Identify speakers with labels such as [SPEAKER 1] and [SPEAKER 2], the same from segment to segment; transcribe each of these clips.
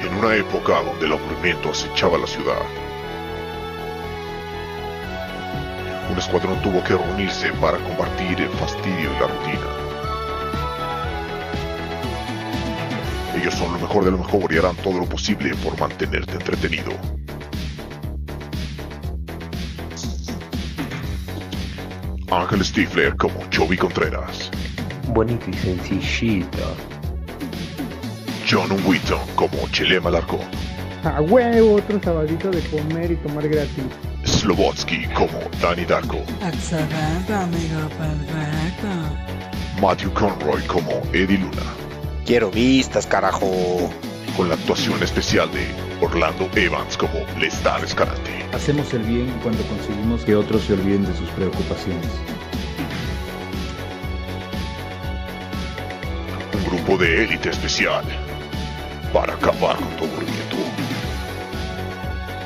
[SPEAKER 1] en una época donde el aburrimiento acechaba la ciudad. Un escuadrón tuvo que reunirse para combatir el fastidio y la rutina. Ellos son lo mejor de lo mejor y harán todo lo posible por mantenerte entretenido. Ángel Stifler como Chovy Contreras.
[SPEAKER 2] Bonito y sencillito.
[SPEAKER 1] John Wheaton como Chelema Larco.
[SPEAKER 3] A huevo, otro sabadito de comer y tomar gratis.
[SPEAKER 1] Slobotsky como Danny Darko.
[SPEAKER 4] Excelente, amigo perfecto.
[SPEAKER 1] Matthew Conroy como Eddie Luna.
[SPEAKER 5] Quiero vistas, carajo.
[SPEAKER 1] Con la actuación especial de Orlando Evans como Lestar Escalante.
[SPEAKER 6] Hacemos el bien cuando conseguimos que otros se olviden de sus preocupaciones.
[SPEAKER 1] Un grupo de élite especial para acabar con tu aburrimiento.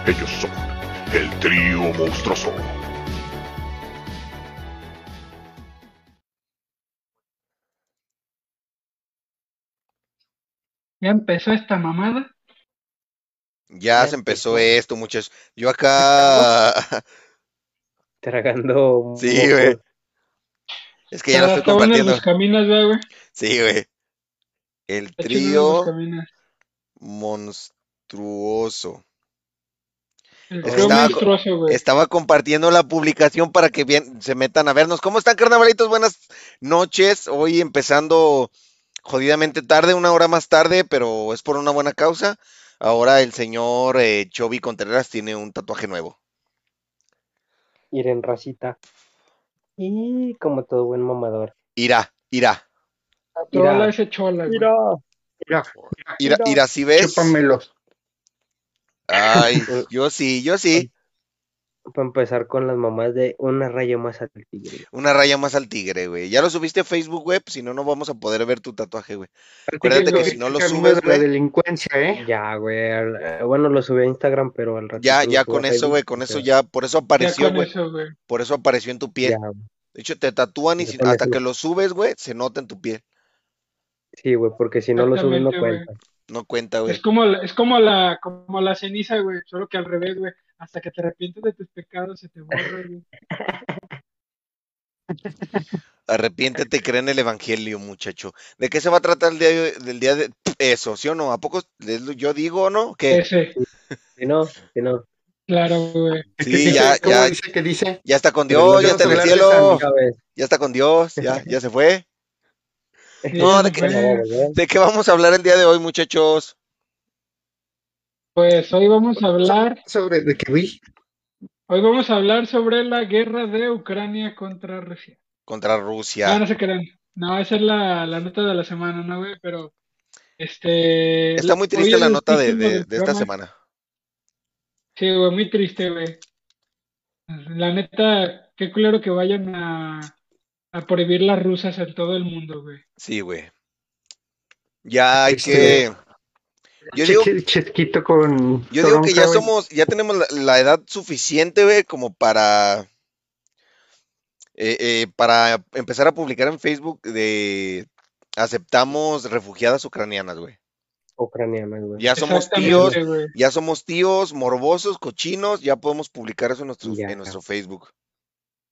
[SPEAKER 1] Ellos son el trío monstruoso.
[SPEAKER 7] ¿Ya empezó esta mamada?
[SPEAKER 5] Ya, se empezó esto, muchachos. Yo acá.
[SPEAKER 2] Tragando.
[SPEAKER 5] Sí, güey. Es que ya lo estoy compartiendo.
[SPEAKER 7] caminas, güey.
[SPEAKER 5] Sí, güey. El trío monstruoso.
[SPEAKER 7] El
[SPEAKER 5] Es que
[SPEAKER 7] trío
[SPEAKER 5] estaba-
[SPEAKER 7] monstruoso, güey.
[SPEAKER 5] Estaba compartiendo la publicación para que bien- se metan a vernos. ¿Cómo están, carnavalitos? Buenas noches. Hoy empezando jodidamente tarde, una hora más tarde, pero es por una buena causa. Ahora el señor eh, Chovy Contreras tiene un tatuaje nuevo.
[SPEAKER 2] Ir en racita. Y como todo buen mamador.
[SPEAKER 5] Irá, irá,
[SPEAKER 7] Chola ese chola, güey.
[SPEAKER 2] Mira.
[SPEAKER 5] irá,
[SPEAKER 2] Irá.
[SPEAKER 5] irá, si ves.
[SPEAKER 8] Chúpamelos.
[SPEAKER 5] Ay, yo sí, yo sí.
[SPEAKER 2] Para empezar con las mamás de una raya más al tigre.
[SPEAKER 5] Una raya más al tigre, güey. ¿Ya lo subiste a Facebook, güey? pues, Si no, no vamos a poder ver tu tatuaje, güey. Acuérdate que si no lo
[SPEAKER 8] Camino
[SPEAKER 5] subes,
[SPEAKER 8] de la
[SPEAKER 5] güey.
[SPEAKER 8] delincuencia, ¿eh?
[SPEAKER 2] Ya, güey. al- eh, Bueno, lo subí a Instagram, pero al ratito.
[SPEAKER 5] Ya,
[SPEAKER 2] lo
[SPEAKER 5] ya
[SPEAKER 2] subo a
[SPEAKER 5] con eso,
[SPEAKER 2] Facebook,
[SPEAKER 5] güey, con eso
[SPEAKER 2] pero-
[SPEAKER 5] ya, por eso
[SPEAKER 7] Ya
[SPEAKER 5] apareció,
[SPEAKER 7] con
[SPEAKER 5] güey.
[SPEAKER 7] eso, güey.
[SPEAKER 5] Por eso apareció en tu pie.
[SPEAKER 2] ya, güey.
[SPEAKER 5] De hecho, te tatúan y
[SPEAKER 2] Yo
[SPEAKER 5] si-
[SPEAKER 2] también
[SPEAKER 5] hasta
[SPEAKER 2] sí.
[SPEAKER 5] que lo subes, güey, se nota en tu piel.
[SPEAKER 2] Sí, güey, porque si no lo subí no
[SPEAKER 7] Exactamente, güey.
[SPEAKER 2] cuenta.
[SPEAKER 5] No cuenta, güey.
[SPEAKER 7] Es como, la- es como la, como la ceniza, güey, solo que al revés, güey. Hasta que te arrepientes de tus pecados se te borra, güey.
[SPEAKER 5] Arrepiéntete y cree en el evangelio, muchacho. ¿De qué se va a tratar el día de hoy- del día de eso? ¿Sí o no? ¿A poco es lo- yo digo o no? Que
[SPEAKER 7] Ese,
[SPEAKER 2] Si no, si no.
[SPEAKER 7] claro, güey.
[SPEAKER 5] sí,
[SPEAKER 8] Dice-
[SPEAKER 5] ya,
[SPEAKER 8] ¿cómo
[SPEAKER 5] ya,
[SPEAKER 8] dice que dice?
[SPEAKER 5] ya está con
[SPEAKER 8] Pero
[SPEAKER 5] Dios,
[SPEAKER 8] no
[SPEAKER 5] ya
[SPEAKER 8] vamos
[SPEAKER 5] está
[SPEAKER 8] a
[SPEAKER 5] en el
[SPEAKER 8] hablar de
[SPEAKER 5] cielo,
[SPEAKER 2] Ya ves.
[SPEAKER 5] ya está con Dios, ya, ya se fue.
[SPEAKER 7] Sí,
[SPEAKER 5] No, de que-
[SPEAKER 7] güey.
[SPEAKER 2] Ya, güey.
[SPEAKER 5] ¿De qué vamos a hablar el día de hoy, muchachos?
[SPEAKER 7] Pues hoy vamos a hablar,
[SPEAKER 8] Sobre de que vi.
[SPEAKER 7] hoy vamos a hablar sobre la guerra de Ucrania contra Rusia. Ah,
[SPEAKER 5] Contra
[SPEAKER 7] No,
[SPEAKER 5] Rusia.
[SPEAKER 7] no se crean. No, esa es la, la nota de la semana, ¿no, güey? Pero, este...
[SPEAKER 5] Está muy
[SPEAKER 7] hoy
[SPEAKER 5] triste la
[SPEAKER 7] el
[SPEAKER 5] nota de,
[SPEAKER 7] título
[SPEAKER 5] de-
[SPEAKER 7] del
[SPEAKER 5] de esta
[SPEAKER 7] programa-
[SPEAKER 5] semana.
[SPEAKER 7] Sí, güey, muy triste, güey. La neta, qué culero que vayan a, a prohibir las rusas en todo el mundo, güey.
[SPEAKER 5] Sí, güey. Ya hay
[SPEAKER 8] Sí.
[SPEAKER 5] que. Yo digo,
[SPEAKER 8] Cheque- chesquito con.
[SPEAKER 5] Yo digo que
[SPEAKER 8] Toronca,
[SPEAKER 5] ya
[SPEAKER 8] güey.
[SPEAKER 5] somos, ya tenemos la, la edad suficiente, güey, como para, eh, eh, para empezar a publicar en Facebook de aceptamos refugiadas ucranianas, güey.
[SPEAKER 2] Ucranianas, güey.
[SPEAKER 5] Ya somos tíos,
[SPEAKER 7] Exactamente, güey.
[SPEAKER 5] ya somos tíos, morbosos, cochinos, ya podemos publicar eso en nuestro,
[SPEAKER 2] Ya.
[SPEAKER 5] en nuestro Facebook.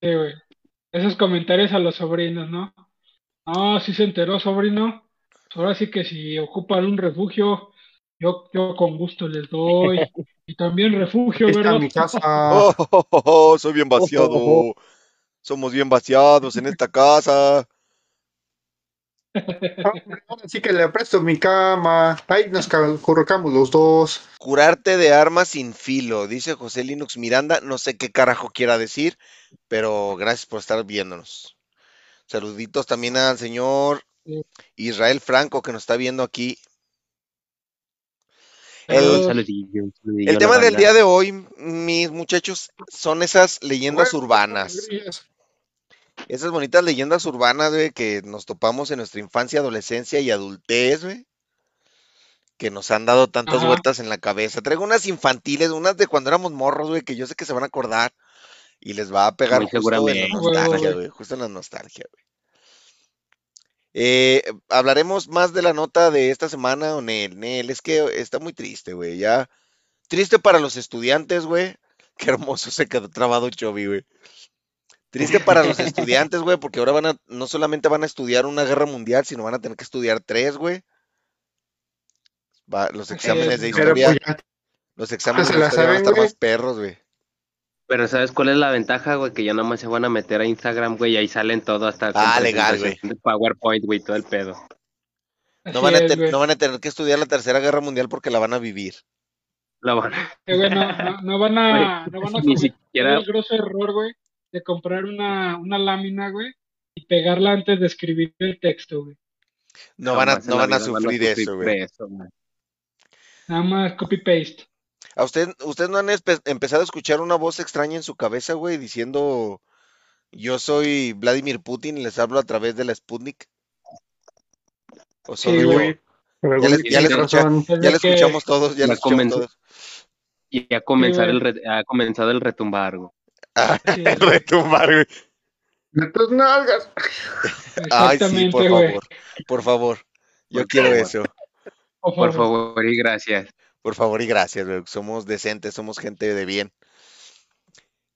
[SPEAKER 7] Sí, güey. Esos comentarios a los sobrinos, ¿no? No, sí se enteró, sobrino. Pues Ahora sí que si ocupan un refugio, yo, yo con gusto les doy. Y también refugio,
[SPEAKER 8] Esta
[SPEAKER 7] ¿verdad?
[SPEAKER 8] mi casa.
[SPEAKER 5] Oh, oh, oh, oh, soy bien vaciado.
[SPEAKER 2] oh,
[SPEAKER 5] Somos bien vaciados en esta casa.
[SPEAKER 8] Ahora sí que le presto mi cama. Ahí nos ca- currucamos los dos.
[SPEAKER 5] Curarte de armas sin filo, dice José Linux Miranda. No sé qué carajo quiera decir, pero gracias por estar viéndonos. Saluditos también al señor
[SPEAKER 7] Sí.
[SPEAKER 5] Israel Franco que nos está viendo aquí.
[SPEAKER 7] Saludos.
[SPEAKER 5] El-
[SPEAKER 2] Un saludillo, un saludillo
[SPEAKER 5] El
[SPEAKER 2] a
[SPEAKER 5] tema
[SPEAKER 2] la
[SPEAKER 5] del
[SPEAKER 2] banda.
[SPEAKER 5] día de hoy, mis muchachos, son esas leyendas urbanas. Esas bonitas leyendas urbanas, güey, que nos topamos en nuestra infancia, adolescencia y adultez, güey. Que nos han dado tantas
[SPEAKER 7] Ajá.
[SPEAKER 5] vueltas en la cabeza. Traigo unas infantiles, unas de cuando éramos morros, güey, que yo sé que se van a acordar. Y les va a pegar
[SPEAKER 2] Muy
[SPEAKER 5] justo en la
[SPEAKER 2] seguramente.
[SPEAKER 5] nostalgia,
[SPEAKER 7] Huevo,
[SPEAKER 5] güey. Justo en la nostalgia, güey. Eh, hablaremos más de la nota de esta semana, Onel. Nel, es que está muy triste, güey. Ya. Triste para los estudiantes, güey. Qué hermoso se quedó trabado Chovy, güey. Triste para los estudiantes, güey, porque ahora van a, no solamente van a estudiar una guerra mundial, sino van a tener que estudiar tres, güey. Va- los exámenes de
[SPEAKER 8] Pero
[SPEAKER 5] historia,
[SPEAKER 8] pues ya,
[SPEAKER 5] los exámenes
[SPEAKER 8] se
[SPEAKER 5] de
[SPEAKER 8] la
[SPEAKER 5] historia van a
[SPEAKER 8] saben,
[SPEAKER 5] estar
[SPEAKER 8] güey.
[SPEAKER 5] más perros, güey.
[SPEAKER 2] Pero ¿sabes cuál es la ventaja, güey? Que ya nada más se van a meter a Instagram, güey, y ahí salen todo hasta... con
[SPEAKER 5] Ah, legal,
[SPEAKER 2] presentación de PowerPoint, güey, todo el pedo.
[SPEAKER 5] No
[SPEAKER 7] Así
[SPEAKER 5] van, a
[SPEAKER 7] es,
[SPEAKER 5] ten-
[SPEAKER 7] güey.
[SPEAKER 5] no van a tener que estudiar la tercera guerra mundial porque la van a vivir.
[SPEAKER 2] Lo van a-
[SPEAKER 7] Eh, güey, no, no- no van a, no van a
[SPEAKER 2] Ni
[SPEAKER 7] cometer
[SPEAKER 2] siquiera-
[SPEAKER 7] el grosso error, güey, de comprar una, una lámina, güey, y pegarla antes de escribir el texto, güey.
[SPEAKER 5] No van a,
[SPEAKER 2] jamás en
[SPEAKER 5] no
[SPEAKER 2] la
[SPEAKER 5] van a
[SPEAKER 2] vida
[SPEAKER 5] sufrir eso, güey.
[SPEAKER 2] de eso, güey.
[SPEAKER 7] Nada más copy-paste.
[SPEAKER 5] ¿A usted, usted no han espe- empezado a escuchar una voz extraña en su cabeza, güey, diciendo yo soy Vladimir Putin y les hablo a través de la Sputnik? ¿O
[SPEAKER 7] Sí,
[SPEAKER 5] solo yo?
[SPEAKER 7] güey.
[SPEAKER 8] pero
[SPEAKER 5] Ya
[SPEAKER 8] güey,
[SPEAKER 5] les- ya les
[SPEAKER 8] tienes
[SPEAKER 5] escuché.
[SPEAKER 8] razón.
[SPEAKER 7] Desde
[SPEAKER 5] Ya la
[SPEAKER 7] que-
[SPEAKER 5] escuchamos todos, ya
[SPEAKER 2] la
[SPEAKER 5] la escuchamos
[SPEAKER 2] convenció.
[SPEAKER 5] todos.
[SPEAKER 2] Y ya comenzar
[SPEAKER 7] Sí,
[SPEAKER 2] el
[SPEAKER 7] güey.
[SPEAKER 2] re- ha comenzado el retumbar, güey.
[SPEAKER 7] sí,
[SPEAKER 5] El retumbar, güey.
[SPEAKER 8] De tus nalgas.
[SPEAKER 5] Ay, sí,
[SPEAKER 7] exactamente,
[SPEAKER 5] por
[SPEAKER 7] güey.
[SPEAKER 5] favor. Por favor. Yo
[SPEAKER 2] Por
[SPEAKER 5] quiero
[SPEAKER 2] favor.
[SPEAKER 5] eso.
[SPEAKER 7] Por
[SPEAKER 2] Por
[SPEAKER 7] favor.
[SPEAKER 2] favor y gracias.
[SPEAKER 5] Por favor y gracias, güey. Somos decentes, somos gente de bien.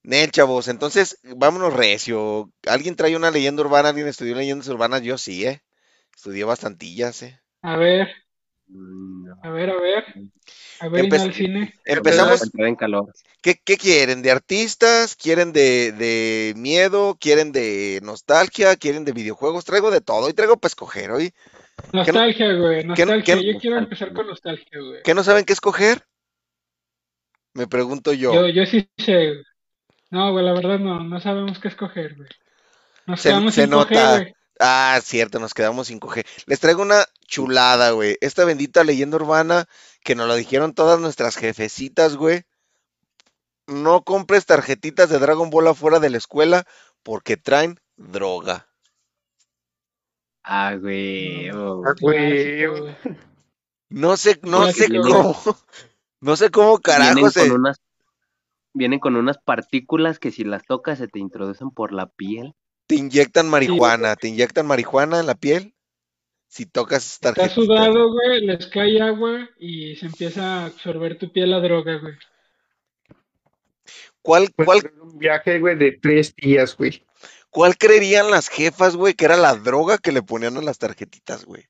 [SPEAKER 5] Nel, chavos, entonces vámonos recio. ¿Alguien trae una leyenda urbana? ¿Alguien estudió leyendas urbanas? Yo sí, ¿eh? Estudié bastantillas, ¿eh?
[SPEAKER 7] A ver,
[SPEAKER 2] Mm, no.
[SPEAKER 7] a ver, a ver. A ver,
[SPEAKER 5] Empe-
[SPEAKER 7] ir al cine.
[SPEAKER 5] Empezamos.
[SPEAKER 2] Entrar en calor.
[SPEAKER 5] ¿Qué, qué quieren? ¿De artistas? ¿Quieren de, de miedo? ¿Quieren de nostalgia? ¿Quieren de videojuegos? Traigo de todo. Hoy traigo para escoger. Hoy,
[SPEAKER 7] Nostalgia, güey, nostalgia.
[SPEAKER 5] qué-
[SPEAKER 7] Yo quiero empezar con nostalgia, güey.
[SPEAKER 5] ¿qué no saben qué escoger? Me pregunto
[SPEAKER 7] Yo, yo sí sé, güey. No, güey, la verdad no, no sabemos qué escoger, güey. Nos
[SPEAKER 5] Se-
[SPEAKER 7] quedamos
[SPEAKER 5] se
[SPEAKER 7] sin coger,
[SPEAKER 5] nota.
[SPEAKER 7] güey.
[SPEAKER 5] Ah, cierto, nos quedamos sin coger. Les traigo una chulada, güey. Esta bendita leyenda urbana que nos la dijeron todas nuestras jefecitas, güey. No compres tarjetitas de Dragon Ball afuera de la escuela porque traen droga.
[SPEAKER 2] Ah, güey. oh,
[SPEAKER 8] Ah, Güey,
[SPEAKER 7] Clásico, güey.
[SPEAKER 5] No sé, no sé
[SPEAKER 7] Clásico.
[SPEAKER 5] cómo, no sé cómo carajo
[SPEAKER 2] vienen
[SPEAKER 5] se.
[SPEAKER 2] con unas vienen con unas partículas que si las tocas se te introducen por la piel.
[SPEAKER 5] Te inyectan marihuana, te inyectan marihuana en la piel si tocas
[SPEAKER 7] Está
[SPEAKER 5] tarjetitas.
[SPEAKER 7] sudado, güey, les cae agua y se empieza a absorber tu piel la droga, güey.
[SPEAKER 5] ¿Cuál,
[SPEAKER 8] pues,
[SPEAKER 5] cuál,
[SPEAKER 8] un viaje, güey, de tres días, güey.
[SPEAKER 5] cuál creerían las jefas, güey, que era la droga que le ponían a las tarjetitas, güey?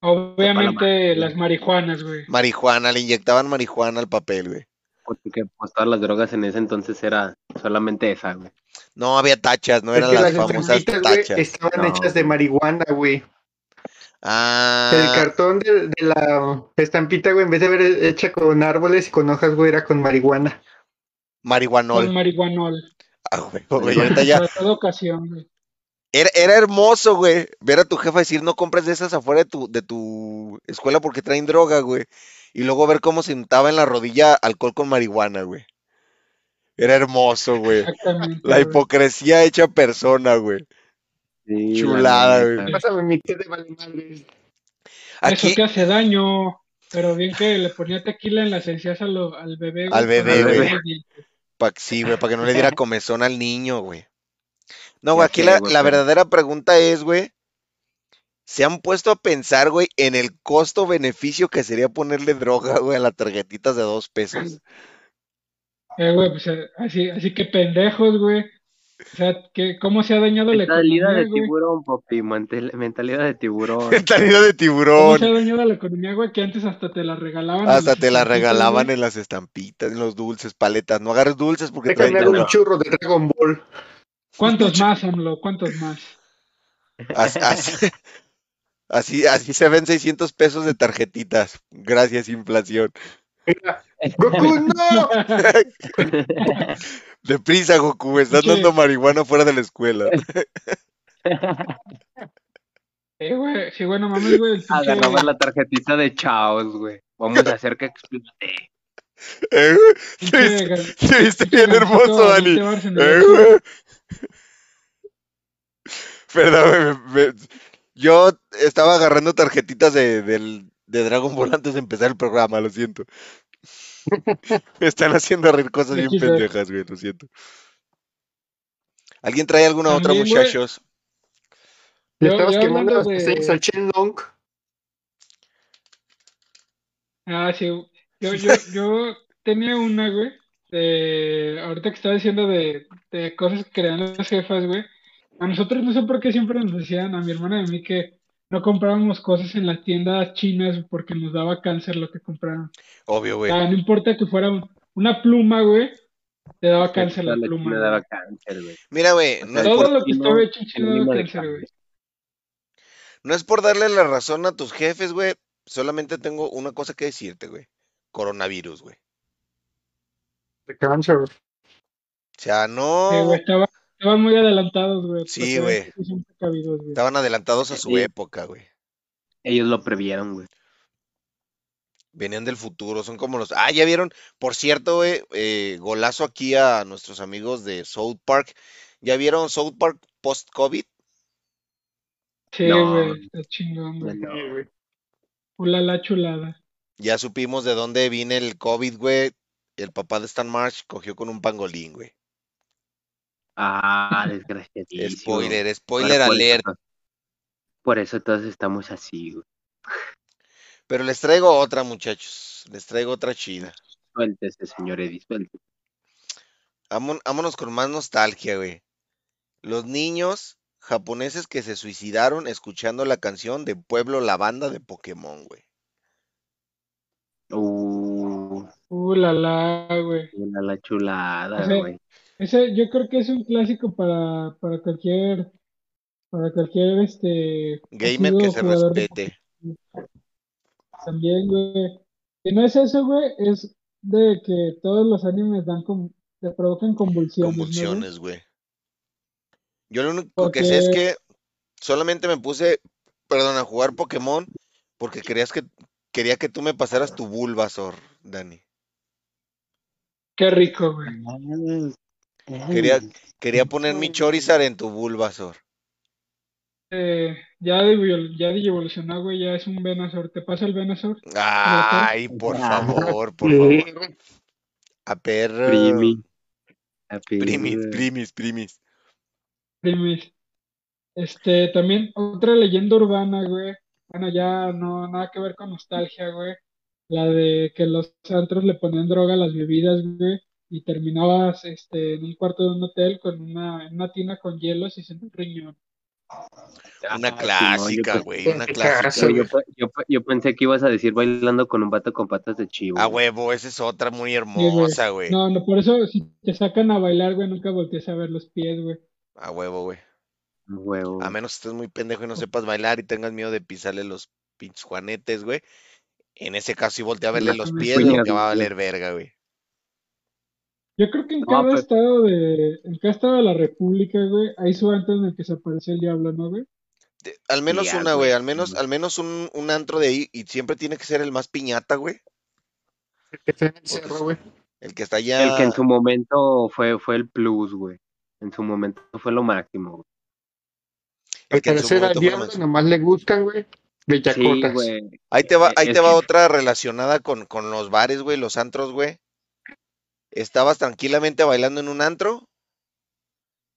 [SPEAKER 7] Obviamente las marihuanas, güey.
[SPEAKER 5] Marihuana, le inyectaban marihuana al papel, güey.
[SPEAKER 2] Porque pues todas las drogas en ese entonces era solamente esa, güey.
[SPEAKER 5] No había tachas, no
[SPEAKER 8] Es
[SPEAKER 5] eran
[SPEAKER 8] que
[SPEAKER 5] las
[SPEAKER 8] las
[SPEAKER 5] famosas
[SPEAKER 8] tarjetitas, güey,
[SPEAKER 5] tachas.
[SPEAKER 8] estaban
[SPEAKER 2] No.
[SPEAKER 8] hechas de marihuana, güey. El
[SPEAKER 5] Ah,
[SPEAKER 8] cartón de, de la estampita, güey, en vez de haber hecha con árboles y con hojas, güey, era con marihuana.
[SPEAKER 7] Con
[SPEAKER 5] marihuanol.
[SPEAKER 7] marihuanol.
[SPEAKER 5] Ah, güey, güey, ahorita ya-
[SPEAKER 7] Para toda ocasión, güey.
[SPEAKER 5] Era, era hermoso, güey, ver a tu jefa decir no compres de esas afuera de tu, de tu escuela porque traen droga, güey. Y luego ver cómo se untaba en la rodilla alcohol con marihuana, güey. Era hermoso, güey.
[SPEAKER 7] Exactamente.
[SPEAKER 5] La
[SPEAKER 7] güey.
[SPEAKER 5] hipocresía hecha persona, güey.
[SPEAKER 2] Sí,
[SPEAKER 5] Chulada,
[SPEAKER 2] la neta,
[SPEAKER 5] güey.
[SPEAKER 8] Pásame mi té de vale madres.
[SPEAKER 5] Aquí
[SPEAKER 7] Eso que hace daño. Pero bien que le ponía tequila en las encías a lo- al bebé, güey,
[SPEAKER 5] Al bebé,
[SPEAKER 7] para
[SPEAKER 2] güey.
[SPEAKER 7] verlo bien.
[SPEAKER 5] Pa- sí, güey, para que no le diera comezón al niño, güey. No, güey,
[SPEAKER 2] Ya
[SPEAKER 5] aquí
[SPEAKER 2] sé,
[SPEAKER 5] la,
[SPEAKER 2] güey,
[SPEAKER 5] la
[SPEAKER 2] pero-
[SPEAKER 5] verdadera pregunta es, güey, ¿se han puesto a pensar, güey, en el costo-beneficio que sería ponerle droga, güey, a las tarjetitas de dos pesos?
[SPEAKER 7] Eh, güey, pues eh, así, así que pendejos, güey. O sea, que, ¿cómo se ha dañado la
[SPEAKER 2] Mentalidad
[SPEAKER 7] economía,
[SPEAKER 2] de
[SPEAKER 7] güey?
[SPEAKER 2] tiburón, papi. mantel- Mentalidad de tiburón.
[SPEAKER 5] Mentalidad de
[SPEAKER 7] ¿Cómo se
[SPEAKER 5] tiburón.
[SPEAKER 7] ha dañado la economía, güey? Que antes hasta te la regalaban. a
[SPEAKER 5] Hasta
[SPEAKER 7] las
[SPEAKER 5] te la
[SPEAKER 7] estampitas,
[SPEAKER 5] regalaban
[SPEAKER 7] güey.
[SPEAKER 5] en las estampitas, en los dulces, paletas. No agarres dulces porque
[SPEAKER 8] Déjame
[SPEAKER 5] traen
[SPEAKER 8] hago
[SPEAKER 5] droga.
[SPEAKER 8] un churro de Dragon Ball.
[SPEAKER 7] ¿Cuántos más, AMLO? ¿Cuántos más?
[SPEAKER 5] As- as- Así, así se ven 600 pesos de tarjetitas. Gracias, inflación.
[SPEAKER 8] Mira, Goku, no.
[SPEAKER 5] Deprisa, Goku, estás
[SPEAKER 7] Sí.
[SPEAKER 5] dando marihuana fuera de la escuela.
[SPEAKER 7] Eh, güey, sí, bueno, mames, güey, el
[SPEAKER 2] Ah,
[SPEAKER 7] pinche-
[SPEAKER 2] Agarraban la tarjetita de Chaos, güey. Vamos a hacer que explote.
[SPEAKER 5] Eh,
[SPEAKER 7] pinche
[SPEAKER 5] Sí,
[SPEAKER 7] gan-
[SPEAKER 5] Se viste
[SPEAKER 7] pinche
[SPEAKER 5] bien
[SPEAKER 7] gancito
[SPEAKER 5] hermoso, Dani.
[SPEAKER 7] Benito Bárcenas,
[SPEAKER 5] Eh,
[SPEAKER 7] güey.
[SPEAKER 5] güey. Perdón, me- me- yo estaba agarrando tarjetitas de, del- de Dragon Ball antes de empezar el programa, lo siento. Me están haciendo reír cosas bien
[SPEAKER 7] XD.
[SPEAKER 5] pendejas, güey, lo siento. ¿Alguien trae alguna otra,
[SPEAKER 7] También, güey.
[SPEAKER 5] muchachos?
[SPEAKER 8] Le
[SPEAKER 7] Yo-
[SPEAKER 8] estabas
[SPEAKER 7] yo
[SPEAKER 8] quemando las
[SPEAKER 7] hablando de-
[SPEAKER 8] pestañas al Chen Long.
[SPEAKER 7] Ah, sí. Yo, yo, yo tenía una, güey. de- ahorita que estaba diciendo de, de cosas que eran las jefas, güey. A nosotros no sé por qué siempre nos decían, a mi hermana y a mí, que no comprábamos cosas en las tiendas chinas porque nos daba cáncer lo que compraron.
[SPEAKER 5] Obvio,
[SPEAKER 7] O
[SPEAKER 5] güey.
[SPEAKER 7] sea, no importa que fuera una pluma, güey, te daba cáncer la
[SPEAKER 2] Me
[SPEAKER 7] pluma.
[SPEAKER 2] daba
[SPEAKER 7] güey.
[SPEAKER 2] cáncer, güey.
[SPEAKER 5] Mira, güey, no, es
[SPEAKER 7] Todo
[SPEAKER 5] por-
[SPEAKER 7] lo que
[SPEAKER 2] no,
[SPEAKER 7] estaba hecho en China
[SPEAKER 2] mínimo
[SPEAKER 7] daba
[SPEAKER 2] de
[SPEAKER 7] cáncer, güey.
[SPEAKER 5] no es por darle la razón a tus jefes, güey. Solamente tengo una cosa que decirte, güey. Coronavirus, güey.
[SPEAKER 8] De cáncer.
[SPEAKER 5] O sea, no.
[SPEAKER 7] Sí, güey, estaba- estaban muy adelantados, güey.
[SPEAKER 5] Sí,
[SPEAKER 7] porque
[SPEAKER 5] güey.
[SPEAKER 7] esos son precavidos, güey.
[SPEAKER 5] Estaban adelantados a su
[SPEAKER 2] Sí.
[SPEAKER 5] época, güey.
[SPEAKER 2] Ellos lo previeron, güey.
[SPEAKER 5] Venían del futuro, son como los. Ah, ya vieron. Por cierto, güey, eh, golazo aquí a nuestros amigos de South Park. ¿Ya vieron South Park post-COVID?
[SPEAKER 7] Sí,
[SPEAKER 2] No.
[SPEAKER 7] güey, está chingón, güey.
[SPEAKER 2] No.
[SPEAKER 8] Sí, güey.
[SPEAKER 7] Ulala chulada.
[SPEAKER 5] Ya supimos de dónde viene el COVID, güey. El papá de Stan Marsh cogió con un pangolín, güey.
[SPEAKER 2] Ah, desgraciadísimo.
[SPEAKER 5] Spoiler,
[SPEAKER 2] Pero
[SPEAKER 5] spoiler
[SPEAKER 2] por eso
[SPEAKER 5] alert.
[SPEAKER 2] to- Por eso todos estamos así, güey.
[SPEAKER 5] Pero les traigo otra, muchachos. Les traigo otra chida.
[SPEAKER 2] Suéltese, señor Eddie, suéltese.
[SPEAKER 5] Vámon- Vámonos con más nostalgia, güey. Los niños japoneses que se suicidaron escuchando la canción de Pueblo La Banda de Pokémon, güey.
[SPEAKER 2] Uh,
[SPEAKER 7] Ulala, güey.
[SPEAKER 2] una la chulada,
[SPEAKER 7] O sea,
[SPEAKER 2] güey.
[SPEAKER 7] Ese, yo creo que es un clásico para, para cualquier, para cualquier este
[SPEAKER 5] Gamer que
[SPEAKER 7] asiduo
[SPEAKER 5] se
[SPEAKER 7] jugador de
[SPEAKER 5] respete.
[SPEAKER 7] También, güey. Y no es eso, güey, es de que todos los animes dan con, te provocan convulsiones, ¿no, güey?
[SPEAKER 5] Convulsiones, güey. Yo lo único que sé es
[SPEAKER 7] Porque-
[SPEAKER 5] que solamente me puse, perdón, a jugar Pokémon porque querías que, quería que tú me pasaras tu Bulbasaur, Dani.
[SPEAKER 7] Qué rico, güey.
[SPEAKER 5] Quería, quería poner mi Chorizard en tu Bulbasaur.
[SPEAKER 7] Eh, ya, de- ya de evolucionar, güey, ya es un Venusaur. ¿Te pasa el Venusaur?
[SPEAKER 5] Ay, por
[SPEAKER 2] Ah.
[SPEAKER 5] favor, por favor. A perro.
[SPEAKER 2] Primi. La
[SPEAKER 5] Primis,
[SPEAKER 2] perra.
[SPEAKER 5] primis, primis.
[SPEAKER 7] Primis. Este, también otra leyenda urbana, güey. Bueno, ya no, nada que ver con nostalgia, güey. La de que los antros le ponían droga a las bebidas, güey. Y terminabas, este, en un cuarto de un hotel con una, en una tina con hielos y sin un riñón.
[SPEAKER 5] Una
[SPEAKER 2] Ah,
[SPEAKER 5] clásica,
[SPEAKER 2] Simón,
[SPEAKER 5] güey, una
[SPEAKER 8] Qué
[SPEAKER 5] clásica.
[SPEAKER 8] cagazo,
[SPEAKER 5] güey.
[SPEAKER 2] Yo, pe- yo pe- yo pensé que ibas a decir bailando con un vato con patas de chivo.
[SPEAKER 5] A
[SPEAKER 2] güey.
[SPEAKER 5] huevo, esa es otra muy hermosa, güey.
[SPEAKER 7] No, no, por eso si te sacan a bailar, güey, nunca voltees a ver los pies, güey.
[SPEAKER 5] A huevo, güey.
[SPEAKER 2] A huevo.
[SPEAKER 5] A menos que estés muy pendejo y no sepas bailar y tengas miedo de pisarle los pinches juanetes, güey. En ese caso, si voltea a verle
[SPEAKER 2] No,
[SPEAKER 5] los
[SPEAKER 2] me
[SPEAKER 5] pies,
[SPEAKER 2] fui
[SPEAKER 5] lo
[SPEAKER 2] a
[SPEAKER 5] que va a
[SPEAKER 2] dormir.
[SPEAKER 5] valer verga, güey.
[SPEAKER 7] Yo creo que en
[SPEAKER 2] No,
[SPEAKER 7] cada
[SPEAKER 2] pues-
[SPEAKER 7] estado de, en cada estado de la República, güey, hay su antro en el que se aparece el diablo, ¿no, güey?
[SPEAKER 5] Te- Al menos
[SPEAKER 2] Ya,
[SPEAKER 5] una,
[SPEAKER 2] güey,
[SPEAKER 5] güey. Al menos,
[SPEAKER 2] sí.
[SPEAKER 5] al menos un, un antro de ahí. Y siempre tiene que ser el más piñata, güey.
[SPEAKER 8] Que está en el cerro, güey.
[SPEAKER 5] El que está allá.
[SPEAKER 2] El que en su momento fue, fue el plus, güey. En su momento fue lo máximo. güey.
[SPEAKER 5] el
[SPEAKER 8] Al
[SPEAKER 5] que en su
[SPEAKER 8] parecer al
[SPEAKER 5] momento fue la
[SPEAKER 8] diablo
[SPEAKER 5] mención.
[SPEAKER 8] nomás le gustan, güey.
[SPEAKER 2] Sí,
[SPEAKER 8] Bellacotas.
[SPEAKER 2] güey.
[SPEAKER 5] Ahí te va,
[SPEAKER 2] Eh,
[SPEAKER 5] ahí
[SPEAKER 2] es
[SPEAKER 5] te va
[SPEAKER 2] que-
[SPEAKER 5] otra relacionada con, con los bares, güey, los antros, güey. Estabas tranquilamente bailando en un antro,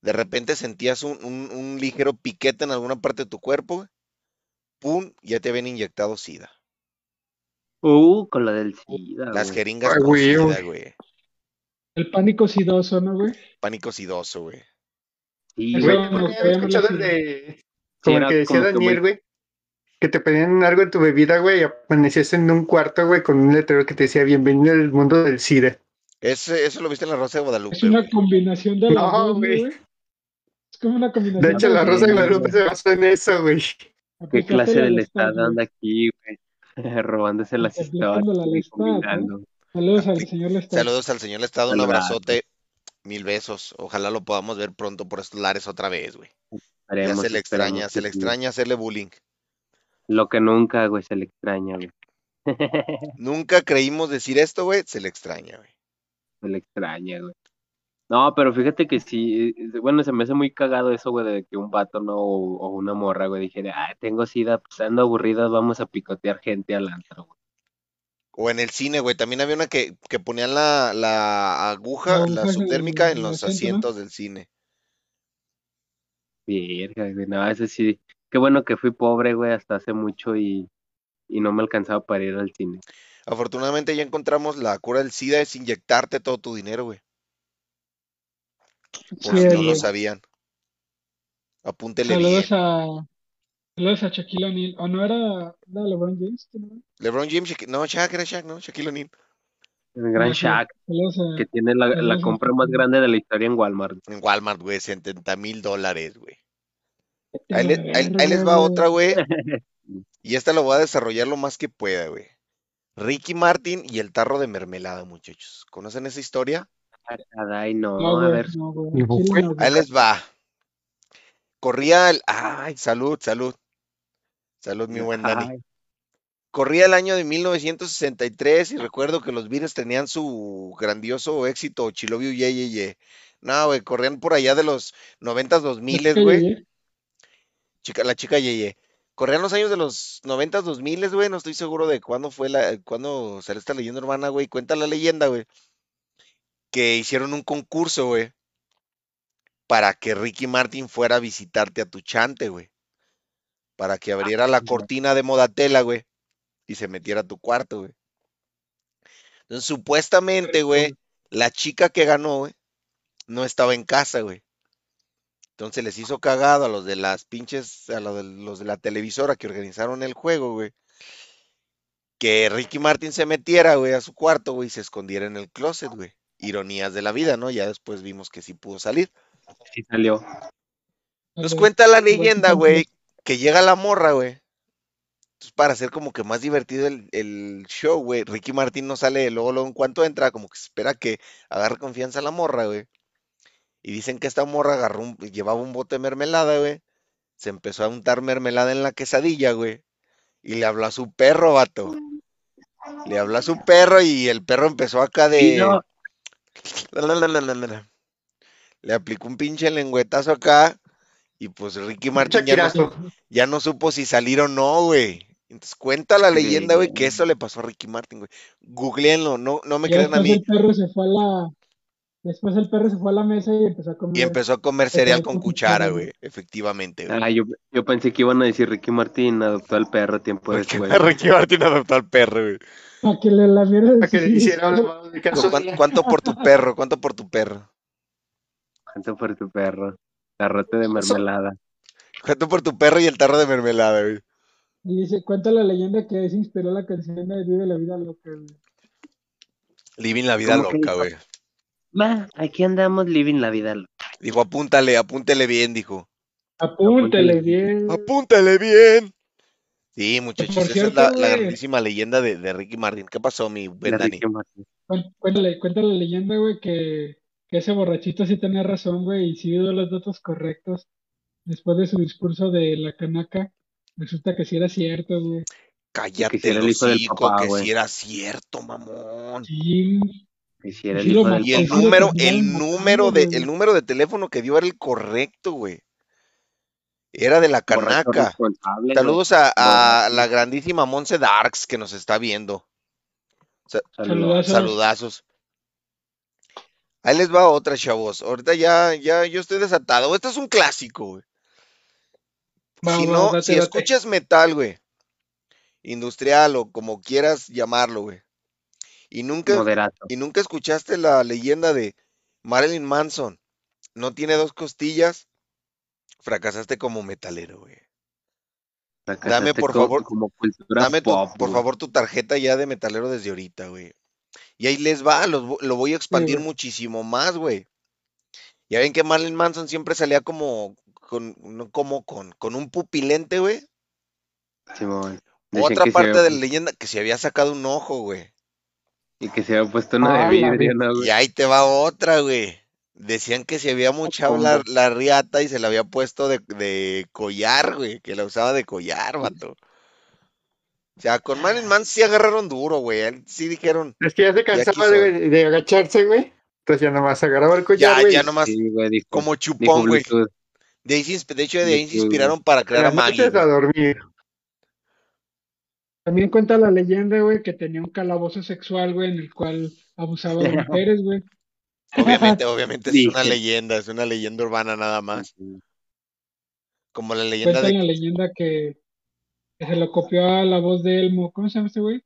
[SPEAKER 5] de repente sentías un, un- un ligero piquete en alguna parte de tu cuerpo, güey. pum, ya te habían inyectado sida.
[SPEAKER 2] Uh, con la del SIDA,
[SPEAKER 5] Las
[SPEAKER 2] güey.
[SPEAKER 5] jeringas
[SPEAKER 8] Ay,
[SPEAKER 5] con
[SPEAKER 8] güey,
[SPEAKER 5] sida,
[SPEAKER 8] güey.
[SPEAKER 5] güey.
[SPEAKER 7] El pánico sidoso, ¿no, güey?
[SPEAKER 5] Pánico sidoso, güey.
[SPEAKER 2] Sí,
[SPEAKER 7] Eso
[SPEAKER 2] güey,
[SPEAKER 8] Güey,
[SPEAKER 7] no,
[SPEAKER 8] ¿cómo
[SPEAKER 7] no,
[SPEAKER 8] ya
[SPEAKER 7] no,
[SPEAKER 8] había escuchado
[SPEAKER 7] no,
[SPEAKER 8] el
[SPEAKER 7] no.
[SPEAKER 8] de...
[SPEAKER 2] Sí,
[SPEAKER 8] Como el
[SPEAKER 2] era
[SPEAKER 8] que decía
[SPEAKER 2] como que,
[SPEAKER 8] Daniel,
[SPEAKER 2] güey.
[SPEAKER 8] güey. Que te ponían algo en tu bebida, güey, y amanecías en un cuarto, güey, con un letrero que te decía bienvenido al mundo del SIDA.
[SPEAKER 5] Ese- eso lo viste en la Rosa de
[SPEAKER 7] Es
[SPEAKER 5] Guadalupe,
[SPEAKER 7] una
[SPEAKER 5] güey.
[SPEAKER 7] combinación de las
[SPEAKER 8] No,
[SPEAKER 7] dos,
[SPEAKER 8] güey.
[SPEAKER 7] güey. Es como una combinación
[SPEAKER 8] De hecho,
[SPEAKER 7] de
[SPEAKER 8] la
[SPEAKER 7] las
[SPEAKER 8] Rosa de
[SPEAKER 7] dos,
[SPEAKER 8] Guadalupe
[SPEAKER 7] güey.
[SPEAKER 8] se basó en eso, güey.
[SPEAKER 2] ¿Qué
[SPEAKER 7] Aplicaste
[SPEAKER 2] clase
[SPEAKER 7] la
[SPEAKER 2] del
[SPEAKER 7] de
[SPEAKER 2] Estado
[SPEAKER 7] Lestat,
[SPEAKER 2] anda
[SPEAKER 7] güey.
[SPEAKER 2] aquí, güey? Robándose las
[SPEAKER 7] Aplicando
[SPEAKER 2] historias.
[SPEAKER 7] la
[SPEAKER 2] güey,
[SPEAKER 7] Lestat, ¿no?
[SPEAKER 2] combinando.
[SPEAKER 7] Saludos al
[SPEAKER 5] Apli-
[SPEAKER 7] señor Lestat.
[SPEAKER 5] Saludos al señor Estado, un
[SPEAKER 2] Saludazo.
[SPEAKER 5] abrazote, mil besos. Ojalá lo podamos ver pronto por estos lares otra vez, güey. Ya
[SPEAKER 2] Esperemos,
[SPEAKER 5] se le
[SPEAKER 2] esperemos
[SPEAKER 5] extraña,
[SPEAKER 2] que
[SPEAKER 5] se le
[SPEAKER 2] sí.
[SPEAKER 5] extraña hacerle bullying.
[SPEAKER 2] Lo que nunca, güey, se le extraña, güey.
[SPEAKER 5] Nunca creímos decir esto, güey. Se le extraña, güey.
[SPEAKER 2] Se le extraña, güey. No, pero fíjate que sí, eh, bueno, se me hace muy cagado eso, güey, de que un vato no o, o una morra, güey, dijera, ah, tengo sida, pues ando aburrido, vamos a picotear gente al antro, güey.
[SPEAKER 5] O en el cine, güey. También había una que, que ponían la, la aguja,
[SPEAKER 7] La
[SPEAKER 5] la
[SPEAKER 7] aguja en
[SPEAKER 5] subtérmica
[SPEAKER 7] el
[SPEAKER 5] en los
[SPEAKER 7] asiento, ¿no?
[SPEAKER 5] asientos del cine.
[SPEAKER 2] Verga, güey, no, eso sí, Qué bueno que fui pobre, güey, hasta hace mucho y, y no me alcanzaba para ir al cine.
[SPEAKER 5] Afortunadamente ya encontramos la cura del SIDA, es inyectarte todo tu dinero, güey. Por si no lo sabían. Apúntele bien.
[SPEAKER 7] Saludos a. Saludos a Shaquille O'Neal. ¿O no era, era LeBron James? ¿no?
[SPEAKER 5] LeBron James, Shaq- no, Shaq era Shaq, ¿no? Shaquille O'Neal.
[SPEAKER 2] El gran
[SPEAKER 7] No, sí.
[SPEAKER 2] Shaq,
[SPEAKER 7] Saludos a-
[SPEAKER 2] que tiene la, la
[SPEAKER 7] Ujú.
[SPEAKER 2] compra más grande de la historia en Walmart.
[SPEAKER 5] En Walmart, güey, 70 mil dólares, güey. Ahí, les- ahí- ahí les va otra, güey. Y esta la voy a desarrollar lo más que pueda, güey. Ricky Martin y el tarro de mermelada, muchachos. ¿Conocen esa historia?
[SPEAKER 2] Ah, caray, no,
[SPEAKER 7] No,
[SPEAKER 2] a
[SPEAKER 7] güey,
[SPEAKER 2] ver.
[SPEAKER 7] no, güey.
[SPEAKER 8] Y
[SPEAKER 7] Chile,
[SPEAKER 8] fue-
[SPEAKER 7] no, güey.
[SPEAKER 5] Ahí les va. Corría el... Ay, salud, salud. Salud, mi buen Dani.
[SPEAKER 2] Ay,
[SPEAKER 5] Corría el año de 1963 y recuerdo que los Beatles tenían su grandioso éxito, She Love You, Yeah, Yeah, Yeah. No, güey, corrían por allá de los 90s, 2000s,
[SPEAKER 7] Chica
[SPEAKER 5] güey.
[SPEAKER 7] Yeye.
[SPEAKER 5] Chica, la chica Yeye. Corrían los años de los 90, 2000, güey. No estoy seguro de cuándo fue la, cuándo salió esta leyenda urbana, güey. Cuenta la leyenda, güey. Que hicieron un concurso, güey. Para que Ricky Martin fuera a visitarte a tu chante, güey. Para que abriera la cortina de modatela, güey. Y se metiera a tu cuarto, güey. Entonces, supuestamente, güey, la chica que ganó, güey, no estaba en casa, güey. Entonces les hizo cagado a los de las pinches, a los de, los de la televisora que organizaron el juego, güey. Que Ricky Martin se metiera, güey, a su cuarto, güey, y se escondiera en el closet, güey. Ironías de la vida, ¿no? Ya después vimos que sí pudo salir.
[SPEAKER 2] sí salió.
[SPEAKER 5] Nos
[SPEAKER 7] Ok.
[SPEAKER 5] cuenta la
[SPEAKER 7] Igual que
[SPEAKER 5] leyenda,
[SPEAKER 7] Tom
[SPEAKER 5] güey, que llega la morra, güey. Entonces, para hacer como que más divertido el, el show, güey, Ricky Martin no sale de luego, luego en cuanto entra, como que se espera que agarre confianza la morra, güey. Y dicen que esta morra agarró un- llevaba un bote de mermelada, güey. Se empezó a untar mermelada en la quesadilla, güey. Y le habló a su perro, vato. Le habló a su perro y el perro empezó acá de...
[SPEAKER 2] Y no,
[SPEAKER 5] La, la, la, la, la, la, la. Le aplicó un pinche lengüetazo acá y pues Ricky Martin ya no,
[SPEAKER 8] Shakirazo.
[SPEAKER 5] ya no supo si salir o no, güey. Entonces cuenta la
[SPEAKER 2] Sí,
[SPEAKER 5] leyenda, güey, que
[SPEAKER 2] güey.
[SPEAKER 5] eso le pasó a Ricky Martin, güey. Googleenlo, no, no me
[SPEAKER 7] Ya
[SPEAKER 5] crean a
[SPEAKER 7] después
[SPEAKER 5] mí.
[SPEAKER 7] el perro se fue a la. Después el perro se fue a la mesa y empezó a comer.
[SPEAKER 5] Y empezó a comer
[SPEAKER 7] se
[SPEAKER 5] cereal
[SPEAKER 7] quedó
[SPEAKER 5] con
[SPEAKER 7] con
[SPEAKER 5] cuchara,
[SPEAKER 7] cuchara,
[SPEAKER 5] güey. Efectivamente, güey.
[SPEAKER 2] ah, yo, yo pensé que iban a decir Ricky Martin adoptó al perro tiempo
[SPEAKER 5] Porque
[SPEAKER 2] después.
[SPEAKER 5] Ricky Martin adoptó al perro, güey.
[SPEAKER 7] Para que le lamiera el
[SPEAKER 8] Para que le
[SPEAKER 7] sillín.
[SPEAKER 8] hiciera un lavado de cara
[SPEAKER 5] ¿Cu- cuán- ¿Cuánto por tu perro? ¿Cuánto por tu perro?
[SPEAKER 2] ¿Cuánto por tu perro? Garrote de mermelada.
[SPEAKER 5] ¿Cuánto por tu perro y el tarro de mermelada, güey?
[SPEAKER 7] Y dice, cuenta la leyenda que se inspiró la canción de Vive la vida loca. güey.
[SPEAKER 5] Living la vida
[SPEAKER 2] ¿Cómo que
[SPEAKER 5] loca,
[SPEAKER 2] hizo?
[SPEAKER 5] güey.
[SPEAKER 2] Ma, aquí andamos living la vida.
[SPEAKER 5] Dijo, apúntale, apúntele bien, dijo.
[SPEAKER 7] Apúntele bien.
[SPEAKER 5] Apúntale bien. Sí, muchachos,
[SPEAKER 7] Por
[SPEAKER 5] esa es
[SPEAKER 7] cierto,
[SPEAKER 5] la, la
[SPEAKER 7] güey.
[SPEAKER 5] grandísima leyenda de, de Ricky Martin. ¿Qué pasó, mi buen
[SPEAKER 2] la
[SPEAKER 5] Dani?
[SPEAKER 2] Ricky Martin.
[SPEAKER 7] Cuen- Cuéntale, cuéntale la leyenda, güey, que, que ese borrachito sí tenía razón, güey, y sí dio los datos correctos. Después de su discurso de la canaca, resulta que sí era cierto, güey.
[SPEAKER 5] Cállate
[SPEAKER 2] que si era
[SPEAKER 5] el
[SPEAKER 2] el hijo del
[SPEAKER 5] hocico,
[SPEAKER 2] papá,
[SPEAKER 5] que
[SPEAKER 2] güey.
[SPEAKER 5] si era cierto, mamón.
[SPEAKER 7] Sí,
[SPEAKER 2] Que si era el
[SPEAKER 7] Sí lo
[SPEAKER 2] hijo del
[SPEAKER 5] Y el
[SPEAKER 7] pues sí lo
[SPEAKER 5] número,
[SPEAKER 7] terminaron
[SPEAKER 5] el
[SPEAKER 7] matando,
[SPEAKER 5] número de,
[SPEAKER 7] güey.
[SPEAKER 5] el número de teléfono que dio era el correcto, güey. Era de la
[SPEAKER 2] borracho
[SPEAKER 5] canaca.
[SPEAKER 2] responsable, güey.
[SPEAKER 5] Saludos a, a
[SPEAKER 2] Borracho.
[SPEAKER 5] la grandísima Monse Darks que nos está viendo.
[SPEAKER 2] Saludos.
[SPEAKER 7] Saludazos.
[SPEAKER 5] Saludazos. Ahí les va otra, chavos. Ahorita ya, ya, yo estoy desatado. Este es un clásico, güey.
[SPEAKER 7] Va,
[SPEAKER 5] si
[SPEAKER 7] va,
[SPEAKER 5] no,
[SPEAKER 7] date,
[SPEAKER 5] si
[SPEAKER 7] date.
[SPEAKER 5] escuchas metal, güey, industrial o como quieras llamarlo, güey, y nunca,
[SPEAKER 2] Moderato.
[SPEAKER 5] y nunca escuchaste la leyenda de Marilyn Manson, no tiene dos costillas, fracasaste como metalero, güey.
[SPEAKER 2] Fracasaste
[SPEAKER 5] por
[SPEAKER 2] co-
[SPEAKER 5] favor-
[SPEAKER 2] Como cultura
[SPEAKER 5] Dame tu-
[SPEAKER 2] pop,
[SPEAKER 5] por
[SPEAKER 2] güey.
[SPEAKER 5] favor tu tarjeta ya de metalero desde ahorita, güey. Y ahí les va, los vo- lo voy a expandir
[SPEAKER 7] güey.
[SPEAKER 5] muchísimo más, güey. Ya ven que Marilyn Manson siempre salía como con, no, como con, con un pupilente, güey.
[SPEAKER 2] Simón. Decían
[SPEAKER 5] Otra
[SPEAKER 2] que se
[SPEAKER 5] parte
[SPEAKER 2] había-
[SPEAKER 5] de la leyenda que se había sacado un ojo, güey.
[SPEAKER 2] Y que se había puesto una
[SPEAKER 8] Ah,
[SPEAKER 2] de
[SPEAKER 8] la
[SPEAKER 2] vidrio, ¿no,
[SPEAKER 5] Y
[SPEAKER 2] güey?
[SPEAKER 5] ahí te va otra, güey. Decían que se había mochado la, la riata y se la había puesto de, de collar, güey. Que la usaba de collar, vato. O sea, con Marilyn Manson sí agarraron duro, güey. a él Sí dijeron,
[SPEAKER 8] Es que ya se cansaba
[SPEAKER 5] quiso.
[SPEAKER 8] de, de agacharse, güey. Entonces ya nomás agarraba el collar,
[SPEAKER 5] ya,
[SPEAKER 8] güey.
[SPEAKER 5] ya nomás,
[SPEAKER 2] Sí, Pues güey, dijo.
[SPEAKER 5] como
[SPEAKER 2] dijo
[SPEAKER 5] chupón, güey.
[SPEAKER 2] Bluetooth.
[SPEAKER 5] De, ahí se insp- de hecho, de ahí
[SPEAKER 2] Bluetooth,
[SPEAKER 5] se
[SPEAKER 2] güey.
[SPEAKER 5] inspiraron para
[SPEAKER 8] En
[SPEAKER 5] crear a
[SPEAKER 8] las
[SPEAKER 5] Maggie.
[SPEAKER 8] noches a dormir.
[SPEAKER 7] También cuenta la leyenda, güey, que tenía un calabozo sexual, güey, en el cual abusaba de mujeres, güey.
[SPEAKER 5] Obviamente, obviamente es una
[SPEAKER 2] Dije.
[SPEAKER 5] leyenda, es una leyenda urbana nada más. Como
[SPEAKER 2] Pues
[SPEAKER 5] la leyenda
[SPEAKER 7] Cuenta
[SPEAKER 5] de...
[SPEAKER 7] la leyenda que, que se lo copió a la voz de Elmo. ¿Cómo se llama este güey?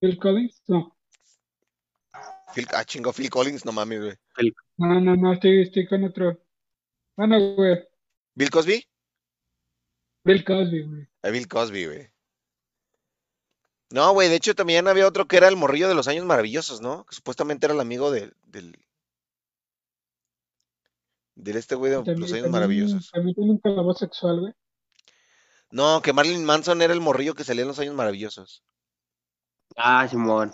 [SPEAKER 7] Phil Collins? No.
[SPEAKER 5] Phil- Ah, chingo, Phil Collins, no mames, güey.
[SPEAKER 7] No, no, no, estoy, estoy con otro. Bueno, güey.
[SPEAKER 5] ¿Bill Cosby?
[SPEAKER 7] Bill Cosby, güey.
[SPEAKER 5] A Bill Cosby, güey. No, güey, de hecho también había otro que era el morrillo de los años maravillosos, ¿no? Que supuestamente era el amigo del... del... Del este güey de los años
[SPEAKER 7] También, también-
[SPEAKER 5] maravillosos.
[SPEAKER 7] También tiene un calabozo sexual, güey.
[SPEAKER 5] No, que Marilyn Manson era el morrillo que salía en los años maravillosos.
[SPEAKER 2] Ah, Simón.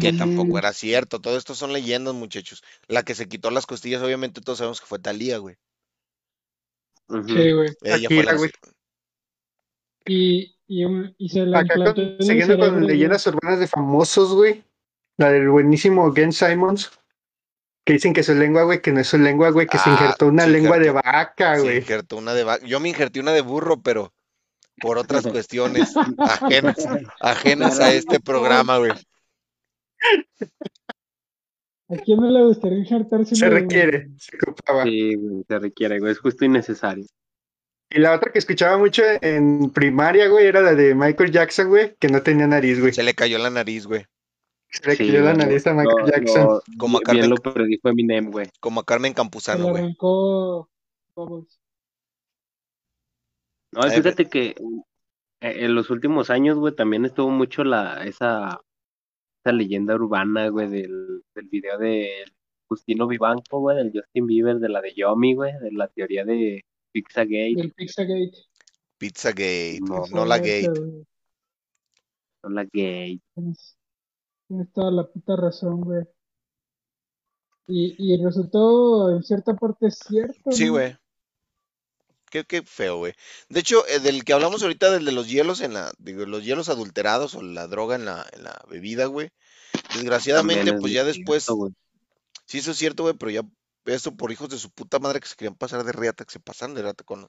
[SPEAKER 5] Que
[SPEAKER 7] Mm,
[SPEAKER 5] tampoco era cierto. Todo esto son leyendas, muchachos. La que se quitó las costillas, obviamente todos sabemos que fue Talía, güey.
[SPEAKER 2] Ujú.
[SPEAKER 7] Sí, güey.
[SPEAKER 5] Ella fue
[SPEAKER 8] Shakira,
[SPEAKER 5] la-
[SPEAKER 8] güey.
[SPEAKER 7] Y, y, un- y se la
[SPEAKER 8] Acá con-
[SPEAKER 7] implantó en el
[SPEAKER 8] siguiendo
[SPEAKER 7] cerebro,
[SPEAKER 8] con
[SPEAKER 7] güey.
[SPEAKER 8] leyendas urbanas de famosos, güey. La del buenísimo Gen Simons. Que dicen que su lengua, güey, que no es su lengua, güey, que se
[SPEAKER 5] Ah,
[SPEAKER 8] injertó una
[SPEAKER 5] se
[SPEAKER 8] lengua de
[SPEAKER 5] injertó.
[SPEAKER 8] vaca, Ah,
[SPEAKER 5] se
[SPEAKER 8] güey.
[SPEAKER 5] injertó una de va- Yo me injerté una de burro, pero por otras cuestiones ajenas, ajenas a este programa, güey.
[SPEAKER 7] ¿A quién no le gustaría injertarse
[SPEAKER 8] Se
[SPEAKER 7] una-
[SPEAKER 8] requiere, se ocupaba.
[SPEAKER 2] Sí, güey, se requiere, güey. Es justo y necesario.
[SPEAKER 8] Y la otra que escuchaba mucho en primaria, güey, era la de Michael Jackson, güey, que no tenía nariz, güey.
[SPEAKER 5] Se le cayó la nariz, güey.
[SPEAKER 8] Se le
[SPEAKER 2] Sí,
[SPEAKER 8] cayó la
[SPEAKER 2] güey,
[SPEAKER 8] nariz a Michael
[SPEAKER 2] lo-
[SPEAKER 8] Jackson.
[SPEAKER 2] lo-
[SPEAKER 5] Como a
[SPEAKER 2] bien
[SPEAKER 5] Carmen-
[SPEAKER 2] lo predijo Eminem, güey.
[SPEAKER 5] Como a Carmen
[SPEAKER 7] Se
[SPEAKER 5] Campuzano,
[SPEAKER 7] la
[SPEAKER 5] güey.
[SPEAKER 7] arrancó Bubbles.
[SPEAKER 2] No, y
[SPEAKER 5] Ay,
[SPEAKER 2] fíjate que eh, en los últimos años, güey, también estuvo mucho la, esa, esa leyenda urbana, güey, del, del video de Justino Vivanco, güey, del Justin Bieber, de la de Yomi, güey, de la teoría de Pixagate,
[SPEAKER 7] Del Pizzagate.
[SPEAKER 5] Pizzagate,
[SPEAKER 2] No.
[SPEAKER 5] no la gate.
[SPEAKER 7] Exactamente,
[SPEAKER 2] no la gay.
[SPEAKER 7] Tienes, tienes toda la puta razón, güey. Y, y resultó en cierta parte cierto.
[SPEAKER 5] Sí,
[SPEAKER 7] Pues ¿no?
[SPEAKER 5] güey. Qué, qué feo, güey. De hecho, eh, del que hablamos ahorita, del de los hielos en la, digo, los hielos adulterados o la droga en la, en la bebida, güey. Desgraciadamente,
[SPEAKER 2] También es
[SPEAKER 5] pues ya
[SPEAKER 2] muy
[SPEAKER 5] después,
[SPEAKER 2] cierto, güey.
[SPEAKER 5] sí, eso es cierto, güey, pero ya eso por hijos de su puta madre que se querían pasar de riata, que se pasan de riata con,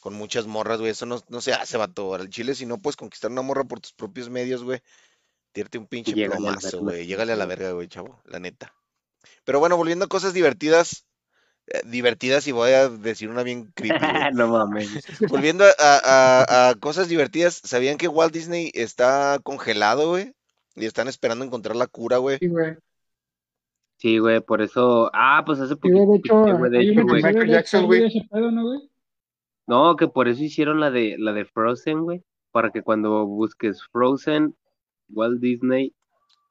[SPEAKER 5] con muchas morras, güey. Eso no, no se hace, vato. Al chile, si no puedes conquistar una morra por tus propios medios, güey, tírate un pinche
[SPEAKER 2] Llégale a la
[SPEAKER 5] plomazo,
[SPEAKER 2] verga.
[SPEAKER 5] güey. Llégale a la verga, güey, chavo, la neta. Pero bueno, volviendo a cosas divertidas, eh, divertidas y voy a decir una bien creepy, güey.
[SPEAKER 2] no mames.
[SPEAKER 5] Volviendo a, a- a- a cosas divertidas, ¿sabían que Walt Disney está congelado, güey? Y están esperando encontrar la cura, güey.
[SPEAKER 7] Sí, güey.
[SPEAKER 2] Sí, güey, por eso. Ah, pues hace
[SPEAKER 7] Sí, güey,
[SPEAKER 2] poquito
[SPEAKER 7] de hecho,
[SPEAKER 2] escuché, güey, de
[SPEAKER 7] hay
[SPEAKER 2] hecho,
[SPEAKER 7] una
[SPEAKER 2] güey.
[SPEAKER 7] canción
[SPEAKER 8] Michael
[SPEAKER 7] de
[SPEAKER 8] Jackson,
[SPEAKER 7] Charlie
[SPEAKER 8] güey.
[SPEAKER 7] de ese pedo, ¿no, güey?
[SPEAKER 2] No, que por eso hicieron la de la de Frozen, güey, para que cuando busques Frozen, Walt Disney,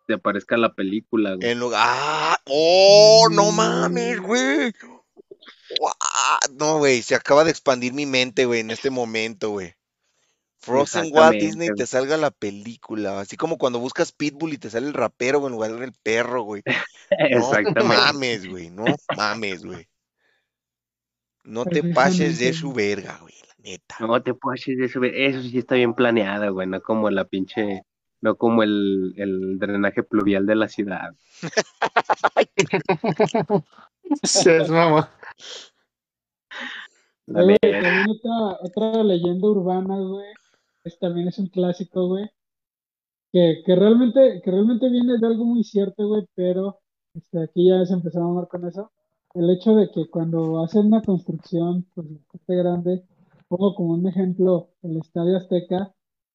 [SPEAKER 2] te aparezca la película, güey.
[SPEAKER 5] En lugar... ¡Ah! ¡Oh! ¡No
[SPEAKER 7] Mm.
[SPEAKER 5] mames, güey! ¡Guau! No, güey, se acaba de expandir mi mente, güey, en este momento, güey. Frozen Walt
[SPEAKER 2] Exactamente,
[SPEAKER 5] Disney te
[SPEAKER 2] güey.
[SPEAKER 5] salga la película, así como cuando buscas Pitbull y te sale el rapero güey, en lugar del perro, güey. Eh, No
[SPEAKER 2] Exactamente.
[SPEAKER 5] mames, güey, no mames, güey. No te
[SPEAKER 7] Precisamente,
[SPEAKER 5] pases de
[SPEAKER 7] güey.
[SPEAKER 5] su verga, güey, la neta.
[SPEAKER 2] No te pases de eso, güey. Eso sí está bien planeado, güey, no como la pinche, no como el, el drenaje pluvial de la ciudad.
[SPEAKER 8] Seas mamá.
[SPEAKER 2] La
[SPEAKER 7] Güey,
[SPEAKER 2] neta.
[SPEAKER 7] también otra, otra leyenda urbana, güey. Es, también es un clásico, güey. Que, que realmente, que realmente viene de algo muy cierto, güey, pero este, aquí ya se empezó a mamar con eso. El hecho de que cuando hacen una construcción pues, bastante grande, pongo como un ejemplo el Estadio Azteca,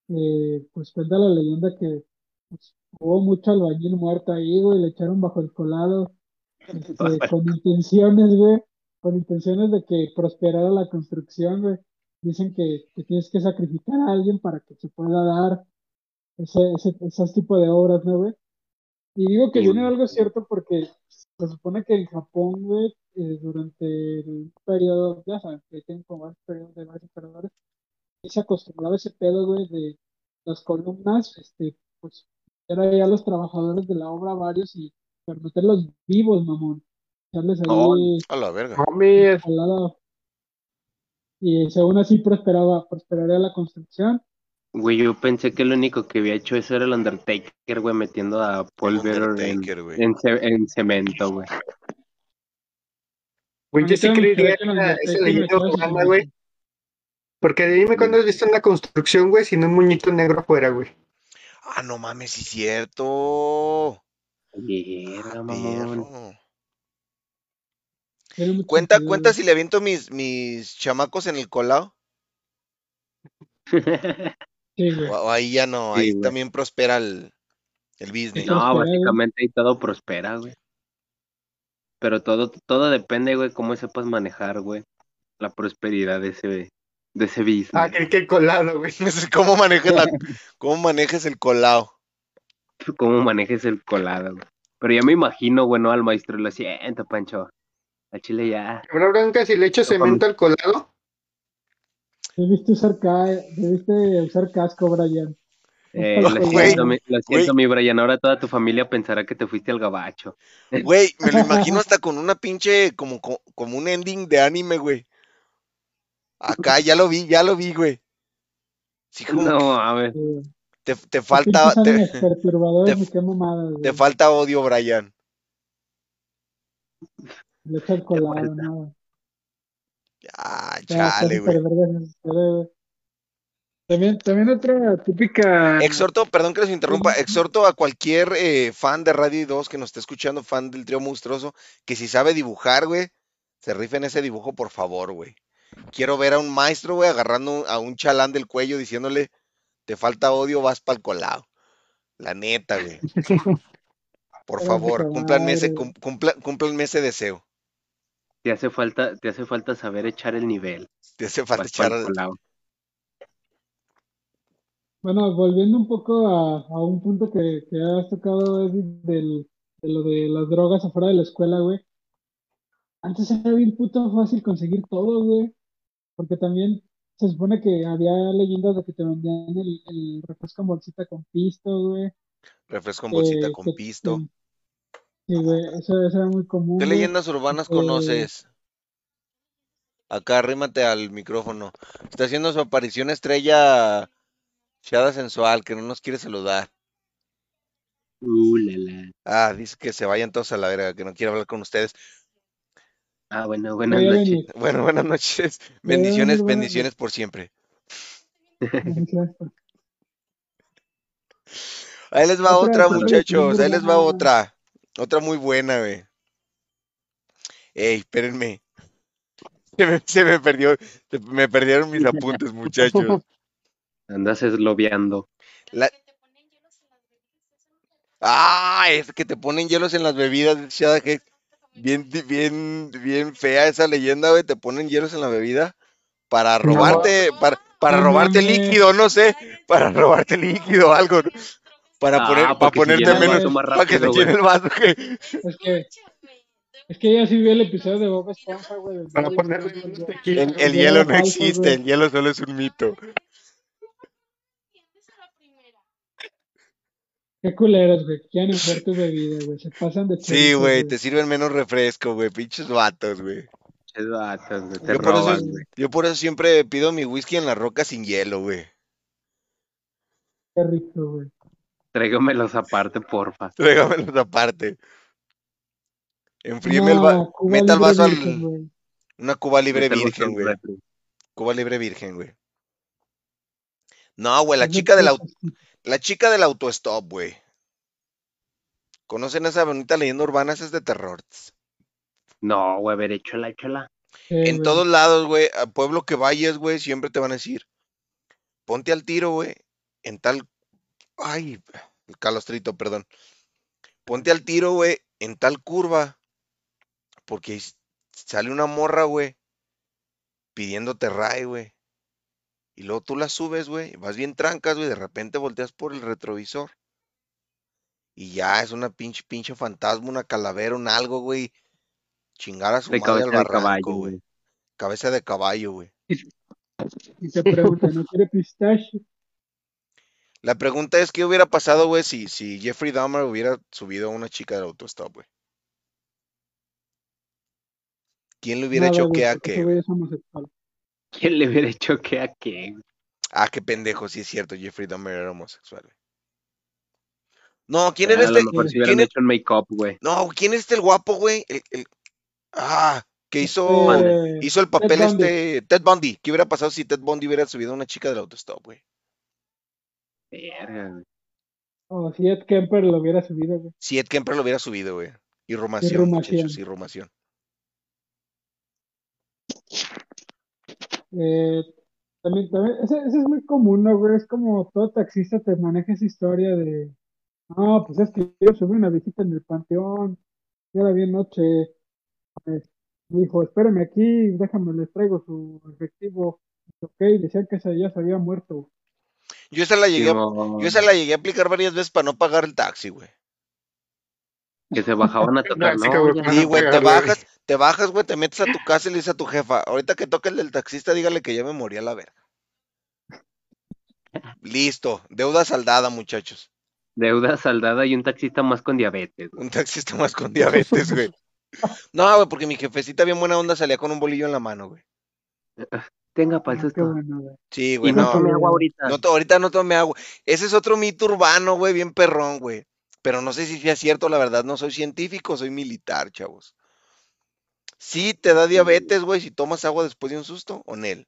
[SPEAKER 7] eh, pues cuenta la leyenda que pues, hubo mucho albañil muerto ahí, güey, le echaron bajo el colado, este, con intenciones, güey con intenciones de que prosperara la construcción, güey. Dicen que, que tienes que sacrificar a alguien para que se pueda dar ese, ese, esos tipo de obras, ¿no, güey? Y digo que
[SPEAKER 2] Sí,
[SPEAKER 7] viene
[SPEAKER 2] güey.
[SPEAKER 7] algo cierto porque se supone que en Japón, güey, eh, durante el periodo, ya saben, que tienen como varios periodos de varios emperadores, y se acostumbraba ese pedo, güey, de las columnas, este, pues, era ya los trabajadores de la obra varios y para meterlos vivos, mamón. Echarles ahí
[SPEAKER 2] Oh,
[SPEAKER 5] A la verga.
[SPEAKER 8] Homie,
[SPEAKER 7] al lado. Y según así prosperaba, prosperaría la construcción.
[SPEAKER 2] Güey, yo pensé que lo único que había hecho eso era el Undertaker, güey, metiendo a Paul Bearer en,
[SPEAKER 5] Undertaker, güey.
[SPEAKER 2] en ce- en cemento, güey.
[SPEAKER 8] güey, yo sí
[SPEAKER 7] Ahorita me
[SPEAKER 8] creería
[SPEAKER 7] enteré que los
[SPEAKER 8] esa-
[SPEAKER 7] Aztecas
[SPEAKER 8] esa leyenda
[SPEAKER 7] estaban
[SPEAKER 8] urbana,
[SPEAKER 7] en-
[SPEAKER 8] güey. Porque dime cuándo has visto una construcción, güey, sin un muñito negro afuera, güey.
[SPEAKER 5] Ah, no mames, sí, cierto.
[SPEAKER 2] Verga,
[SPEAKER 5] Ah,
[SPEAKER 2] mamón.
[SPEAKER 5] perro. Cuenta, cuenta si le aviento mis, mis chamacos en el colado.
[SPEAKER 7] Sí, güey.
[SPEAKER 5] O- o ahí ya no,
[SPEAKER 2] Sí,
[SPEAKER 5] ahí
[SPEAKER 2] güey.
[SPEAKER 5] también prospera el, el business.
[SPEAKER 7] No,
[SPEAKER 2] No,
[SPEAKER 7] prospera,
[SPEAKER 2] básicamente ahí todo prospera, güey. Pero todo, todo depende, güey, cómo sepas manejar, güey, la prosperidad de ese, de ese business.
[SPEAKER 8] Ah, creí que colado, güey.
[SPEAKER 5] Es ¿Cómo manejas, la- cómo manejas el colado?
[SPEAKER 2] Cómo manejes el colado, güey. Pero ya me imagino, güey, no al maestro lo siento, Pancho. Al chile ya.
[SPEAKER 8] Habrá bronca si le echo cemento al colado.
[SPEAKER 7] Debiste usar, ca- debiste usar casco, Brian.
[SPEAKER 2] Eh, lo
[SPEAKER 7] Güey,
[SPEAKER 2] siento, mi, lo siento, mi
[SPEAKER 5] güey.
[SPEAKER 2] Brian. Ahora toda tu familia pensará que te fuiste al gabacho.
[SPEAKER 5] Güey, me lo imagino hasta con una pinche, como, co- como un ending de anime, güey. Acá ya lo vi, ya lo vi, güey. Sí, como
[SPEAKER 2] No, a ver.
[SPEAKER 7] Eh,
[SPEAKER 5] te, te falta,
[SPEAKER 7] pinches
[SPEAKER 5] te,
[SPEAKER 7] animes perturbadores
[SPEAKER 5] te-
[SPEAKER 7] y qué mamadas, güey.
[SPEAKER 5] te falta odio, Brian.
[SPEAKER 7] Le echa el
[SPEAKER 2] falta.
[SPEAKER 7] colado, nada.
[SPEAKER 5] Ah,
[SPEAKER 7] Ya, está
[SPEAKER 5] chale, güey.
[SPEAKER 7] supervergas, pero- También, también otra típica.
[SPEAKER 5] Exhorto, perdón que los interrumpa, exhorto a cualquier eh, fan de Radio 2 que nos esté escuchando, fan del trío monstruoso, que si sabe dibujar, güey, se rifen ese dibujo, por favor, güey. Quiero ver a un maestro, güey, agarrando un- a un chalán del cuello diciéndole, te falta odio, vas pa'l colado. La neta, güey. Por
[SPEAKER 7] Ay,
[SPEAKER 5] favor,
[SPEAKER 7] hijo de
[SPEAKER 5] cúmplanme ese,
[SPEAKER 7] madre.
[SPEAKER 5] cum- cumpla- cúmplanme ese deseo.
[SPEAKER 2] Te hace falta, te hace falta saber echar el nivel.
[SPEAKER 5] Te hace falta
[SPEAKER 2] Vas pa'l
[SPEAKER 5] echar al-
[SPEAKER 2] colado.
[SPEAKER 7] Bueno, volviendo un poco a, a un punto que, que has tocado, Eddie, del, de lo de las drogas afuera de la escuela, güey. Antes era bien puto fácil conseguir todo, güey. Porque también se supone que había leyendas de que te vendían el, el refresco en bolsita con pisto, güey.
[SPEAKER 5] refresco en bolsita
[SPEAKER 7] eh,
[SPEAKER 5] con
[SPEAKER 7] que-
[SPEAKER 5] pisto.
[SPEAKER 7] Sí, güey, eso, eso era muy común,
[SPEAKER 5] ¿Qué
[SPEAKER 7] güey.
[SPEAKER 5] leyendas urbanas
[SPEAKER 7] Eh,
[SPEAKER 5] conoces? Acá arrímate al micrófono. Está haciendo su aparición estrella Shada Sensual, que no nos quiere saludar.
[SPEAKER 2] Uh, la, la.
[SPEAKER 5] Ah, dice que se vayan todos a la verga, que no quiere hablar con ustedes.
[SPEAKER 2] Ah, bueno,
[SPEAKER 7] Voy
[SPEAKER 2] buenas
[SPEAKER 7] a
[SPEAKER 2] noches.
[SPEAKER 7] venir.
[SPEAKER 5] Bueno, buenas noches.
[SPEAKER 7] Buenas
[SPEAKER 5] Bendiciones,
[SPEAKER 7] noches, buenas
[SPEAKER 5] bendiciones por siempre. Ahí les va
[SPEAKER 7] Otra,
[SPEAKER 5] otra,
[SPEAKER 7] otra
[SPEAKER 5] muchachos. Ahí les va
[SPEAKER 7] leyenda.
[SPEAKER 5] otra. Otra muy buena, güey. Ey, espérenme. Se me, se me perdió, se me perdieron mis apuntes, muchachos.
[SPEAKER 2] Andas eslobeando.
[SPEAKER 5] La- Ah, es que te ponen hielos en las bebidas, Shada Hex. Bien, di- bien, bien fea esa leyenda, güey. Te ponen hielos en la bebida para robarte, para, para
[SPEAKER 7] No
[SPEAKER 5] robarte
[SPEAKER 7] mames.
[SPEAKER 5] líquido, no sé, para robarte líquido o algo, ¿no? para
[SPEAKER 2] Ah,
[SPEAKER 5] poner,
[SPEAKER 2] para
[SPEAKER 5] para
[SPEAKER 2] que se
[SPEAKER 5] ponerte
[SPEAKER 7] llene el
[SPEAKER 5] menos,
[SPEAKER 7] vaso
[SPEAKER 2] más
[SPEAKER 5] para que se
[SPEAKER 2] rápido,
[SPEAKER 5] llene
[SPEAKER 2] güey.
[SPEAKER 5] el vaso, güey.
[SPEAKER 7] Es que, es que ya sí vi el episodio de Bob Esponja, güey. del
[SPEAKER 8] Para
[SPEAKER 7] Bob
[SPEAKER 8] ponerle
[SPEAKER 7] Esponja,
[SPEAKER 8] unos
[SPEAKER 7] güey.
[SPEAKER 8] tequilas.
[SPEAKER 5] El, el
[SPEAKER 7] hielo
[SPEAKER 5] hielo no
[SPEAKER 7] falso,
[SPEAKER 5] existe,
[SPEAKER 7] güey.
[SPEAKER 5] el hielo solo es un mito.
[SPEAKER 7] Qué culeros, güey. que Quieren enfriar tu bebida, güey. Se pasan de
[SPEAKER 5] Sí,
[SPEAKER 7] chorizos,
[SPEAKER 5] güey, te sirven menos refresco, güey, pinches vatos, güey.
[SPEAKER 2] Pinches vatos, güey, Te
[SPEAKER 5] Yo por eso,
[SPEAKER 2] roban, güey.
[SPEAKER 5] yo por eso siempre pido mi whisky en la roca sin hielo, güey.
[SPEAKER 7] Qué rico, güey.
[SPEAKER 2] Tráigamelos aparte, porfa.
[SPEAKER 5] Tráigamelos aparte. Enfríeme el
[SPEAKER 7] Una
[SPEAKER 5] vaso.
[SPEAKER 7] Cuba
[SPEAKER 5] Meta el
[SPEAKER 7] Libre
[SPEAKER 5] vaso al-
[SPEAKER 7] virgen, güey.
[SPEAKER 5] Una Cuba libre
[SPEAKER 2] Mételos
[SPEAKER 5] virgen,
[SPEAKER 2] al
[SPEAKER 5] güey.
[SPEAKER 2] refri.
[SPEAKER 5] Cuba libre virgen, güey. No, güey, la
[SPEAKER 7] Pues, Es
[SPEAKER 5] chica
[SPEAKER 7] de
[SPEAKER 5] del auto,
[SPEAKER 7] putas, sí.
[SPEAKER 5] la chica del autostop, güey. ¿Conocen esa bonita leyenda urbana? Esa es de terror.
[SPEAKER 2] No, güey, a ver, échala, échala.
[SPEAKER 7] Sí,
[SPEAKER 5] En
[SPEAKER 7] güey.
[SPEAKER 5] todos lados, güey, a pueblo que vayas, güey, siempre te van a decir, ponte al tiro, güey, en tal, ay, el calostrito, perdón. Ponte al tiro, güey, en tal curva, porque ahí s- sale una morra, güey, pidiéndote ray, güey. Y luego tú la subes, güey, vas bien trancas, güey, de repente volteas por el retrovisor. Y ya es una pinche, pinche fantasma, una calavera, un algo, güey. Chingar a su
[SPEAKER 2] De
[SPEAKER 5] madre al
[SPEAKER 2] cabeza de
[SPEAKER 5] barranco,
[SPEAKER 2] caballo,
[SPEAKER 5] güey.
[SPEAKER 2] güey.
[SPEAKER 5] Cabeza de caballo, güey.
[SPEAKER 7] Y te preguntan, ¿no quiere pistache?
[SPEAKER 5] La pregunta es, ¿qué hubiera pasado, güey, si, si Jeffrey Dahmer hubiera subido a una chica del autostop, güey? ¿Quién le hubiera
[SPEAKER 7] Nada,
[SPEAKER 5] hecho
[SPEAKER 7] güey,
[SPEAKER 5] qué a
[SPEAKER 7] porque
[SPEAKER 5] qué?
[SPEAKER 7] ese
[SPEAKER 5] güey?
[SPEAKER 7] güey es homosexual.
[SPEAKER 2] ¿Quién le hubiera hecho qué a qué? güey?
[SPEAKER 5] Ah, qué pendejo, sí es cierto, Jeffrey Dahmer era homosexual, güey. No, ¿quién
[SPEAKER 2] Ah,
[SPEAKER 5] era
[SPEAKER 2] a
[SPEAKER 5] este?
[SPEAKER 2] lo mejor si
[SPEAKER 5] ¿Quién
[SPEAKER 2] hubieran
[SPEAKER 5] es-
[SPEAKER 2] hecho un make-up, güey.
[SPEAKER 5] No, ¿quién es este el guapo, güey? El, el- Ah, que hizo...
[SPEAKER 2] Mande.
[SPEAKER 7] Eh,
[SPEAKER 5] Hizo el papel
[SPEAKER 7] Bundy.
[SPEAKER 5] este... Ted Bundy. ¿Qué hubiera pasado si Ted Bundy hubiera subido a una chica del autostop, güey?
[SPEAKER 2] Verga, güey.
[SPEAKER 7] o oh, si Ed Kemper lo hubiera subido, güey.
[SPEAKER 5] Si Ed Kemper lo hubiera subido, güey. Irrumación,
[SPEAKER 7] Irrumación.
[SPEAKER 5] muchachos, irrumación.
[SPEAKER 7] Eh, también, también, ese, ese es muy común, ¿no, güey? Es como todo taxista te maneja esa historia de, no, pues es que yo subí una visita en el panteón, ya la vi en noche, eh, me dijo, espérame aquí, déjame, les traigo su efectivo, ok, decían que ese ya se había muerto.
[SPEAKER 5] Yo esa la llegué, a, yo esa la llegué a aplicar varias veces para no pagar el taxi, güey.
[SPEAKER 2] Que se bajaban a tocar,
[SPEAKER 5] Sí,
[SPEAKER 2] ¿no? Ya.
[SPEAKER 5] güey, te
[SPEAKER 8] pagarle.
[SPEAKER 5] bajas, te bajas, güey, te metes a tu casa y le dices a tu jefa, ahorita que toque el del taxista, dígale que ya me morí a la verga. Listo, deuda saldada, muchachos.
[SPEAKER 2] Deuda saldada y un taxista más con diabetes. güey.
[SPEAKER 5] Un taxista más con diabetes, güey. No, güey, porque mi jefecita bien buena onda salía con un bolillo en la mano, güey.
[SPEAKER 2] Tenga para
[SPEAKER 7] Ah,
[SPEAKER 2] el
[SPEAKER 7] qué
[SPEAKER 2] susto.
[SPEAKER 7] bueno, güey.
[SPEAKER 5] Sí, güey,
[SPEAKER 2] Y no
[SPEAKER 5] no.
[SPEAKER 2] tome agua ahorita.
[SPEAKER 5] No to- ahorita no tomé agua. Ese es otro mito urbano, güey, bien perrón, güey. Pero no sé si sea cierto, la verdad, no soy científico, soy militar, chavos. Sí, te
[SPEAKER 2] Mm.
[SPEAKER 5] da diabetes, güey, si tomas agua después de un susto, o nel.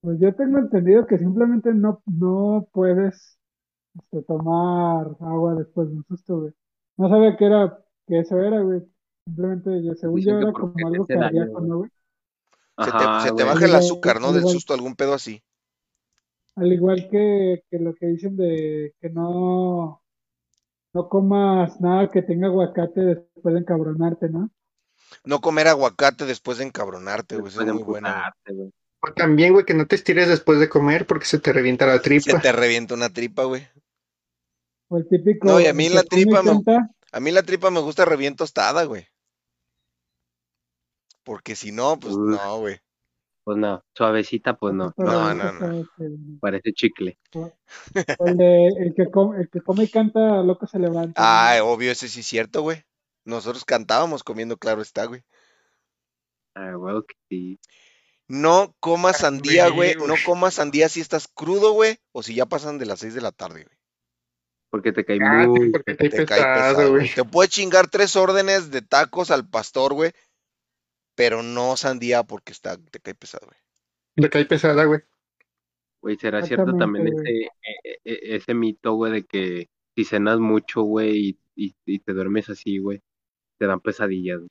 [SPEAKER 7] Pues yo tengo entendido que simplemente no, no puedes este, tomar agua después de un susto, güey. No sabía que era, que eso era, güey. Simplemente, yo, según
[SPEAKER 2] Dicen
[SPEAKER 7] yo,
[SPEAKER 2] que
[SPEAKER 7] era
[SPEAKER 2] porque
[SPEAKER 7] como
[SPEAKER 2] te
[SPEAKER 7] algo
[SPEAKER 2] hace daño,
[SPEAKER 7] cardíaco,
[SPEAKER 2] güey.
[SPEAKER 7] ¿no, güey?
[SPEAKER 5] Se te,
[SPEAKER 2] Ajá,
[SPEAKER 5] se te
[SPEAKER 2] güey.
[SPEAKER 5] baja el azúcar, ¿no? Del
[SPEAKER 7] Igual.
[SPEAKER 5] susto, algún pedo así.
[SPEAKER 7] Al igual que, que lo que dicen de que no, no comas nada que tenga aguacate después de encabronarte, ¿no?
[SPEAKER 5] No comer aguacate después de encabronarte, güey. eso es
[SPEAKER 2] Pueden
[SPEAKER 5] muy bueno. güey.
[SPEAKER 2] emputarte, güey.
[SPEAKER 8] O también, güey, que no te estires después de comer porque se te revienta la
[SPEAKER 5] Se
[SPEAKER 8] tripa.
[SPEAKER 5] te revienta una tripa, güey.
[SPEAKER 7] O el típico,
[SPEAKER 5] No, y a mí
[SPEAKER 7] el que
[SPEAKER 5] la
[SPEAKER 7] come
[SPEAKER 5] tripa me-
[SPEAKER 7] cuenta,
[SPEAKER 5] A mí la tripa me gusta reviento tostada, güey. Porque si no, pues
[SPEAKER 2] Uf.
[SPEAKER 5] no, güey.
[SPEAKER 2] Pues no, suavecita, pues no.
[SPEAKER 7] pero
[SPEAKER 5] No,
[SPEAKER 7] eso
[SPEAKER 5] no, no.
[SPEAKER 7] sabe que-
[SPEAKER 2] Parece chicle.
[SPEAKER 7] o el de- el que come, el que come y canta, loco se levanta, ¿no?
[SPEAKER 5] Ah, obvio, ese sí es cierto, güey. Nosotros cantábamos comiendo, claro está, güey.
[SPEAKER 2] Ah, güey, que sí.
[SPEAKER 5] No comas
[SPEAKER 8] Ah,
[SPEAKER 5] sandía, güey.
[SPEAKER 8] güey,
[SPEAKER 5] No
[SPEAKER 8] güey.
[SPEAKER 5] comas sandía si estás crudo, güey. O si ya pasan de las 6 de la tarde, güey.
[SPEAKER 2] Porque te cae
[SPEAKER 8] Ah, sí,
[SPEAKER 2] muy.
[SPEAKER 8] porque te,
[SPEAKER 5] Te
[SPEAKER 8] cae
[SPEAKER 5] cae
[SPEAKER 8] pesado, güey.
[SPEAKER 5] Te puedes chingar tres órdenes de tacos al pastor, güey. Pero no sandía porque está, te cae pesado, güey.
[SPEAKER 8] Te cae pesada, güey.
[SPEAKER 2] Güey, ¿será cierto también
[SPEAKER 7] Exactamente,
[SPEAKER 2] ese, e- e- ese mito, güey, de que si cenas mucho, güey, y, y- y te duermes así, güey, te dan pesadillas? güey?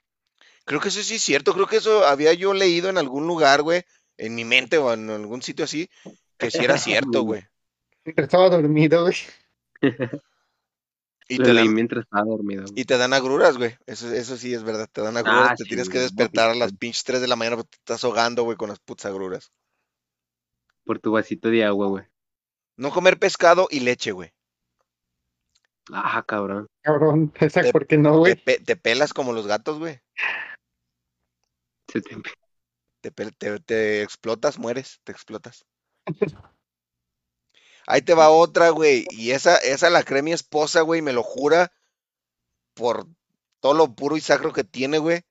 [SPEAKER 5] Creo que eso sí es cierto. Creo que eso había yo leído en algún lugar, güey. En mi mente o en algún sitio así. Que sí era cierto, güey.
[SPEAKER 8] Mientras Estaba dormido, güey.
[SPEAKER 5] Y
[SPEAKER 2] Lo
[SPEAKER 5] te
[SPEAKER 2] leí
[SPEAKER 5] dan,
[SPEAKER 2] mientras estaba dormido. güey.
[SPEAKER 5] y te dan agruras, güey. Eso, eso sí es verdad. Te dan agruras. te
[SPEAKER 2] sí,
[SPEAKER 5] tienes que
[SPEAKER 2] güey, no,
[SPEAKER 5] despertar a
[SPEAKER 2] sí,
[SPEAKER 5] las
[SPEAKER 2] sí.
[SPEAKER 5] pinches 3 de la mañana porque te estás ahogando, güey, con las putas agruras.
[SPEAKER 2] Por tu vasito de agua, güey.
[SPEAKER 5] No comer pescado y leche, güey.
[SPEAKER 2] Ah, cabrón.
[SPEAKER 8] Cabrón, esa,
[SPEAKER 5] Te-
[SPEAKER 8] ¿por qué no,
[SPEAKER 5] Te,
[SPEAKER 8] güey?
[SPEAKER 5] pe- te pelas como los gatos, güey.
[SPEAKER 2] Se te-
[SPEAKER 5] Te, pel- te- te explotas, mueres, te explotas. Ahí te va otra, güey. Y esa, esa la cree mi esposa, güey. Me lo jura por todo lo puro y sacro que tiene, güey.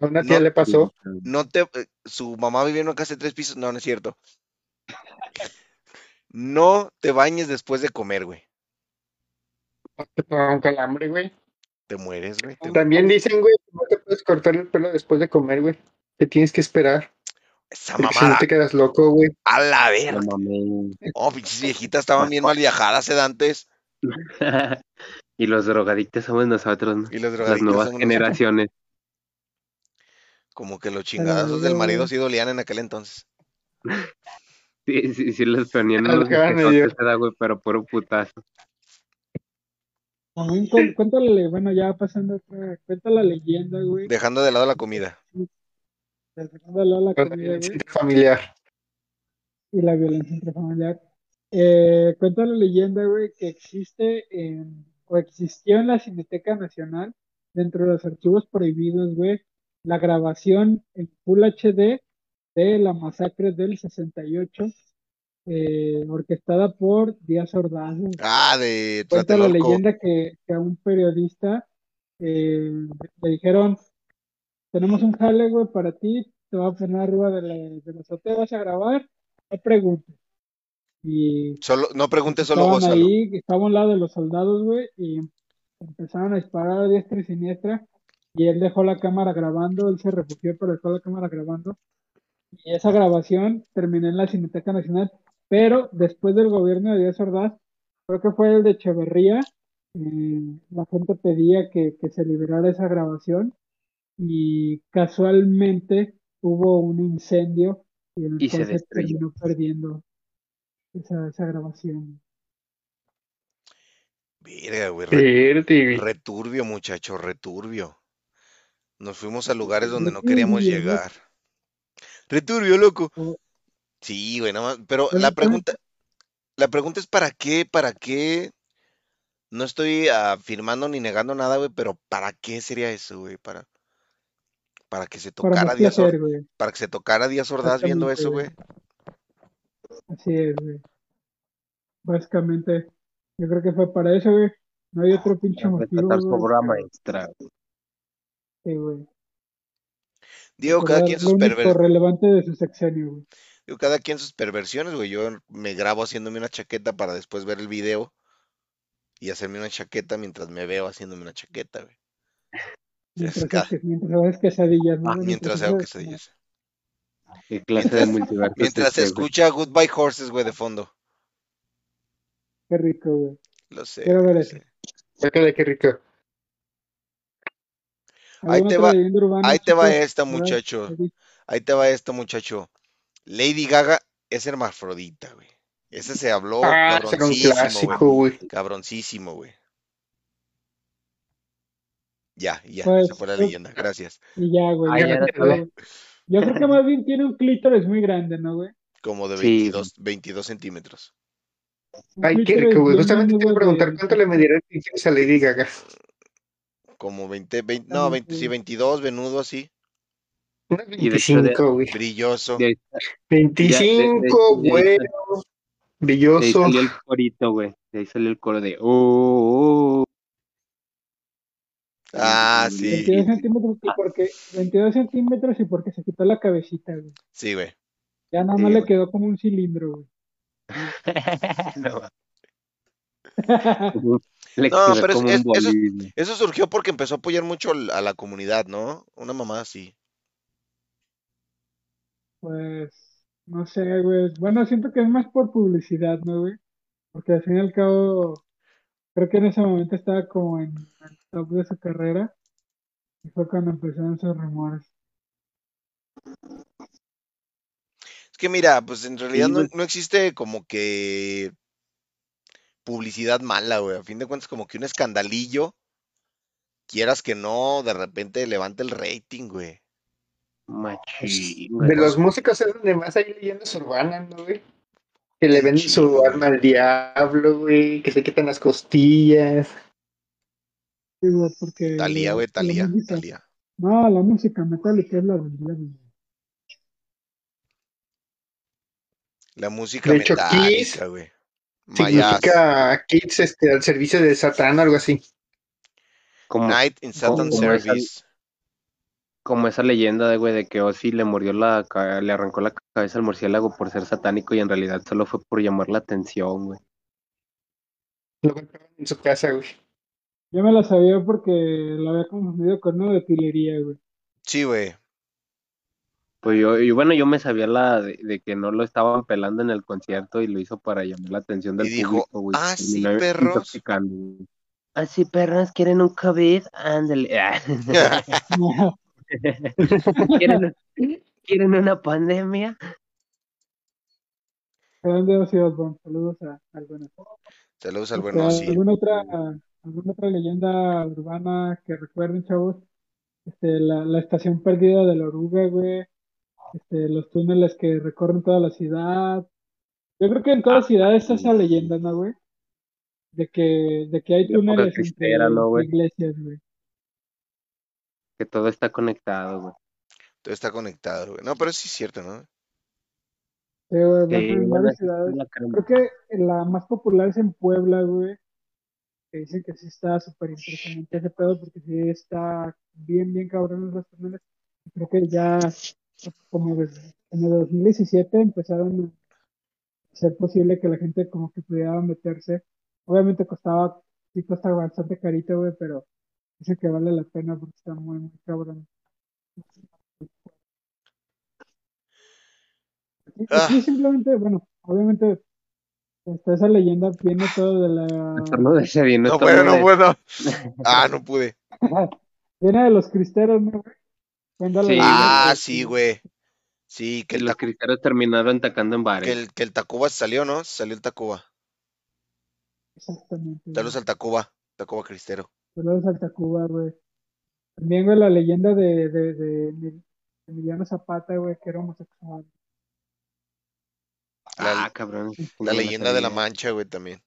[SPEAKER 8] Aún así
[SPEAKER 5] No.
[SPEAKER 8] ya le pasó.
[SPEAKER 5] No te, eh, su mamá vivía en una casa de tres pisos. No, no es cierto. No te bañes después de comer, güey.
[SPEAKER 8] Te pegaba un calambre, güey.
[SPEAKER 5] Te mueres, güey. te-
[SPEAKER 8] También dicen, güey, que no te puedes cortar el pelo después de comer, güey. Te tienes que esperar.
[SPEAKER 5] Esa
[SPEAKER 8] Porque si no
[SPEAKER 5] mamada.
[SPEAKER 8] te quedas loco, güey.
[SPEAKER 5] A la
[SPEAKER 2] No
[SPEAKER 5] verga.
[SPEAKER 2] mames.
[SPEAKER 5] Oh, pinches viejitas estaban bien mal viajadas, eh, sedantes.
[SPEAKER 2] Y los drogadictos somos nosotros, ¿no?
[SPEAKER 5] Y los
[SPEAKER 2] Las
[SPEAKER 5] drogadictos
[SPEAKER 2] nuevas
[SPEAKER 5] son unos-
[SPEAKER 2] generaciones.
[SPEAKER 5] Como que los chingadazos del
[SPEAKER 7] verga,
[SPEAKER 5] marido
[SPEAKER 7] güey.
[SPEAKER 5] sí dolían en aquel entonces.
[SPEAKER 2] Sí, sí, sí, los ponían
[SPEAKER 8] Las
[SPEAKER 2] en los
[SPEAKER 8] ganas,
[SPEAKER 2] boquetotes, ¿verdad, güey, pero puro putazo.
[SPEAKER 7] También cu- cuéntale, bueno, ya pasando otra, cuenta la leyenda, güey,
[SPEAKER 5] Dejando de lado la comida.
[SPEAKER 7] de Fernando Alonso, la
[SPEAKER 8] Con
[SPEAKER 7] comida, güey.
[SPEAKER 8] familiar.
[SPEAKER 7] y la violencia intrafamiliar. Eh, cuenta la leyenda, güey, que existe en, o existió en la Cineteca Nacional, dentro de los archivos prohibidos, güey, la grabación en Full HD de la masacre del 68, eh, orquestada por Díaz Ordaz. güey.
[SPEAKER 5] Ah, de
[SPEAKER 7] Cuenta la
[SPEAKER 5] Tlatelolco.
[SPEAKER 7] leyenda que, que a un periodista eh, le dijeron, tenemos un jale, güey, para ti, te va a poner arriba de la, de la azotea, vas a grabar, no preguntes. Y
[SPEAKER 5] Solo, no preguntes, solo
[SPEAKER 7] estaban
[SPEAKER 5] gózalo.
[SPEAKER 7] ahí, que estaba a un lado de los soldados, güey, y empezaron a disparar a diestra y siniestra, y él dejó la cámara grabando, él se refugió, pero dejó la cámara grabando. Y esa grabación terminó en la Cineteca Nacional, pero después del gobierno de Díaz Ordaz, creo que fue el de Echeverría, eh, la gente pedía que, que se liberara esa grabación y casualmente hubo un incendio y el
[SPEAKER 2] Y se
[SPEAKER 7] concepto
[SPEAKER 2] destruyó.
[SPEAKER 7] terminó perdiendo esa, esa grabación.
[SPEAKER 5] Verga, güey. re-
[SPEAKER 8] Verde, güey.
[SPEAKER 5] Returbio, muchacho, returbio. Nos fuimos a
[SPEAKER 7] pues,
[SPEAKER 5] lugares donde no queríamos
[SPEAKER 7] Returbio, loco.
[SPEAKER 5] llegar. Returbio, loco.
[SPEAKER 7] Oh.
[SPEAKER 5] Sí, güey, nada más. Pero
[SPEAKER 7] Oye,
[SPEAKER 5] la
[SPEAKER 7] ¿cómo?
[SPEAKER 5] pregunta, la pregunta es ¿para qué? ¿Para qué? No estoy afirmando ni negando nada, güey, pero ¿para qué sería eso, güey? Para, para que se
[SPEAKER 7] Para
[SPEAKER 5] tocara
[SPEAKER 7] más
[SPEAKER 5] Díaz Or-
[SPEAKER 7] placer, güey.
[SPEAKER 5] para que se tocara Díaz Ordaz viendo eso,
[SPEAKER 7] Exactamente, güey.
[SPEAKER 5] güey.
[SPEAKER 7] Así es, güey. Básicamente, yo creo que fue para eso, güey. No hay otro pinche motivo,
[SPEAKER 2] Respetar su
[SPEAKER 7] güey.
[SPEAKER 2] obra maestra.
[SPEAKER 7] Sí, güey.
[SPEAKER 5] Digo, cada
[SPEAKER 7] Recordar
[SPEAKER 5] quien
[SPEAKER 7] lo
[SPEAKER 5] sus
[SPEAKER 7] único
[SPEAKER 5] perver-
[SPEAKER 7] relevante de su sexenio, güey.
[SPEAKER 5] digo, cada quien sus perversiones, güey. Yo me grabo haciéndome una chaqueta para después ver el video y hacerme una chaqueta mientras me veo haciéndome una chaqueta, güey.
[SPEAKER 7] Mientras,
[SPEAKER 5] Esca-
[SPEAKER 7] haces- mientras haces quesadillas, ¿no?
[SPEAKER 2] Ah,
[SPEAKER 7] Güey, Pues
[SPEAKER 5] Mientras hago quesadillas.
[SPEAKER 2] ¿Qué clase
[SPEAKER 5] Mientras-
[SPEAKER 2] de multiverso es
[SPEAKER 5] Mientras se
[SPEAKER 2] este, güey?
[SPEAKER 5] escucha Goodbye Horses, güey, de fondo.
[SPEAKER 7] Qué rico, güey.
[SPEAKER 5] Lo sé.
[SPEAKER 7] Quiero ver
[SPEAKER 5] lo
[SPEAKER 7] eso.
[SPEAKER 5] sé.
[SPEAKER 8] Sácala, qué rico.
[SPEAKER 5] Ahí
[SPEAKER 7] ¿Alguna
[SPEAKER 5] te
[SPEAKER 7] otra
[SPEAKER 5] va-
[SPEAKER 7] leyenda urbana,
[SPEAKER 5] Ahí te va
[SPEAKER 7] chicos?
[SPEAKER 5] esta, muchacho. Ahí te va esta, muchacho. Lady Gaga es hermafrodita, güey. Ese se habló
[SPEAKER 8] Ah, será un
[SPEAKER 5] cabroncísimo, güey.
[SPEAKER 8] clásico, güey.
[SPEAKER 5] Cabroncísimo, güey. Ya, ya,
[SPEAKER 7] Pues,
[SPEAKER 5] esa fue la
[SPEAKER 7] yo-
[SPEAKER 5] leyenda, gracias.
[SPEAKER 7] Y ya, güey.
[SPEAKER 2] Ah,
[SPEAKER 7] ya,
[SPEAKER 2] ya era
[SPEAKER 7] güey. Yo creo que más bien tiene un clítoris muy grande, ¿no, güey?
[SPEAKER 5] Como de
[SPEAKER 2] Sí,
[SPEAKER 5] 22, 22 centímetros.
[SPEAKER 7] Un
[SPEAKER 8] Ay, qué
[SPEAKER 7] clítoris
[SPEAKER 8] rico, güey.
[SPEAKER 7] bien
[SPEAKER 8] Justamente
[SPEAKER 7] grande,
[SPEAKER 8] te iba a
[SPEAKER 7] güey,
[SPEAKER 8] preguntar
[SPEAKER 7] de-
[SPEAKER 8] cuánto le medieron a Lady Gaga.
[SPEAKER 5] Como 20, 20
[SPEAKER 7] Ah,
[SPEAKER 5] no, 20, sí,
[SPEAKER 7] sí.
[SPEAKER 5] 22, venudo así,
[SPEAKER 8] Unos
[SPEAKER 2] Y de hecho de-
[SPEAKER 8] 25, güey.
[SPEAKER 5] brilloso.
[SPEAKER 2] De ahí, ya, de- de-
[SPEAKER 8] 25,
[SPEAKER 2] de- de-
[SPEAKER 8] güey.
[SPEAKER 2] de ahí
[SPEAKER 8] Brilloso.
[SPEAKER 2] salió el corito, güey. De ahí salió el coro de oh, oh, oh.
[SPEAKER 5] Ah, sí.
[SPEAKER 7] 22 centímetros y porque 22 centímetros y porque se quitó la cabecita, güey.
[SPEAKER 5] Sí, güey.
[SPEAKER 7] Ya nada
[SPEAKER 2] Sí,
[SPEAKER 7] más le
[SPEAKER 2] güey.
[SPEAKER 7] quedó como un cilindro, güey.
[SPEAKER 2] No,
[SPEAKER 7] Ajá,
[SPEAKER 2] le
[SPEAKER 5] No,
[SPEAKER 2] quedó
[SPEAKER 5] pero es-
[SPEAKER 2] como un
[SPEAKER 5] es- eso es-
[SPEAKER 2] bolígrafo.
[SPEAKER 5] Eso surgió porque empezó a apoyar mucho al- a la comunidad, ¿no? Una mamá así.
[SPEAKER 7] Pues, no sé, güey. Bueno, siento que es más por publicidad, ¿no, güey? Porque al fin y al cabo, creo que en ese momento estaba como en el top de su carrera. Y fue cuando empezaron esos rumores.
[SPEAKER 5] Es que mira, pues en realidad
[SPEAKER 2] Sí,
[SPEAKER 5] no,
[SPEAKER 2] güey.
[SPEAKER 5] no existe como que publicidad mala, güey. A fin de cuentas, como que un escandalillo, quieras que no, de repente levanta el rating, güey.
[SPEAKER 2] Machín, güey.
[SPEAKER 8] De los músicos es donde más hay leyendas urbanas, ¿no, güey? Que le
[SPEAKER 5] Sí,
[SPEAKER 8] venden su
[SPEAKER 5] chico, güey.
[SPEAKER 8] alma al diablo, güey. Que se quitan las costillas.
[SPEAKER 7] Sí, güey, porque
[SPEAKER 5] Talía, güey,
[SPEAKER 7] la
[SPEAKER 5] Talía,
[SPEAKER 7] música-
[SPEAKER 5] Talía.
[SPEAKER 7] No, la música metálica es la del diablo.
[SPEAKER 5] La música
[SPEAKER 8] De hecho,
[SPEAKER 5] metálica, güey. Mayas,
[SPEAKER 8] Significa kids este, al servicio de Satán o algo así.
[SPEAKER 2] Como,
[SPEAKER 5] Night in Satan
[SPEAKER 2] como esa-
[SPEAKER 5] Service.
[SPEAKER 2] como esa leyenda de, güey, de que Ozzy le murió la, ca- le arrancó la cabeza al murciélago por ser satánico y en realidad solo fue por llamar la atención, güey.
[SPEAKER 8] Lo golpeaban en su casa, güey.
[SPEAKER 7] Yo me la sabía porque la había confundido con una de pilería, güey.
[SPEAKER 5] Sí, güey.
[SPEAKER 2] Pues yo, y bueno, yo me sabía la de, de que no lo estaban pelando en el concierto y lo hizo para llamar la atención del
[SPEAKER 5] Y dijo,
[SPEAKER 2] público, güey.
[SPEAKER 5] "Ah, sí,
[SPEAKER 2] Terminó
[SPEAKER 5] perros".
[SPEAKER 2] intoxicando, güey. Ah, sí, perros, ¿quieren un COVID? Ándale. Ah. ¿Quieren, ¿Quieren una pandemia?
[SPEAKER 7] Grande Ozzy Osbourne. Saludos a alguna.
[SPEAKER 5] Saludos al bueno, sí.
[SPEAKER 7] ¿Alguna otra, alguna otra leyenda urbana que recuerden, chavos? Este, la, la estación perdida de la oruga, güey. Este, los túneles que recorren toda la ciudad. Yo creo que en toda ciudad está esa leyenda, ¿no, güey? De que, de que
[SPEAKER 2] La
[SPEAKER 7] hay
[SPEAKER 2] época
[SPEAKER 7] túneles entre
[SPEAKER 2] cristera, ¿no, güey?
[SPEAKER 7] iglesias, güey.
[SPEAKER 2] Que todo está conectado, güey.
[SPEAKER 5] Todo está conectado, güey. No, pero sí es cierto, ¿no?
[SPEAKER 7] Sí, güey,
[SPEAKER 2] Sí,
[SPEAKER 7] en
[SPEAKER 2] bueno,
[SPEAKER 7] varias ciudades.
[SPEAKER 2] la crema.
[SPEAKER 7] Creo que la más popular es en Puebla, güey. Que dicen que sí está súper impresionante ese pedo porque sí está bien, bien cabrón los túneles. Y Creo que ya como desde- en el 2017 empezaron a ser posible que la gente como que pudiera meterse. Obviamente costaba, sí costaba bastante carito, güey, pero dicen que vale la pena porque está muy, muy cabrón. Aquí, aquí
[SPEAKER 5] Ah.
[SPEAKER 7] simplemente, bueno, obviamente está esa leyenda, viene todo de la...
[SPEAKER 2] Estornude, se viene
[SPEAKER 5] No
[SPEAKER 2] estornude.
[SPEAKER 5] puedo, no puedo. Ah, no pude.
[SPEAKER 7] Viene de los cristeros, ¿no, güey?
[SPEAKER 3] Véndalo.
[SPEAKER 2] Sí,
[SPEAKER 5] ah, sí, güey. Sí, que
[SPEAKER 2] Que
[SPEAKER 5] el,
[SPEAKER 2] los
[SPEAKER 5] Ta-
[SPEAKER 2] cristeros terminaron atacando en
[SPEAKER 5] que
[SPEAKER 2] bares.
[SPEAKER 5] el, que el Tacuba salió, ¿no? Salió el Tacuba.
[SPEAKER 3] Exactamente. güey.
[SPEAKER 7] Mm.
[SPEAKER 5] Saludos al Tacuba, Tacuba Cristero.
[SPEAKER 3] Saludos al Tacuba, güey. También, güey, la leyenda de, de, de Emil- Emiliano Zapata, güey, que era homosexual.
[SPEAKER 5] La,
[SPEAKER 2] Ah, cabrón.
[SPEAKER 5] la leyenda de la
[SPEAKER 2] mano.
[SPEAKER 5] mancha, güey, también.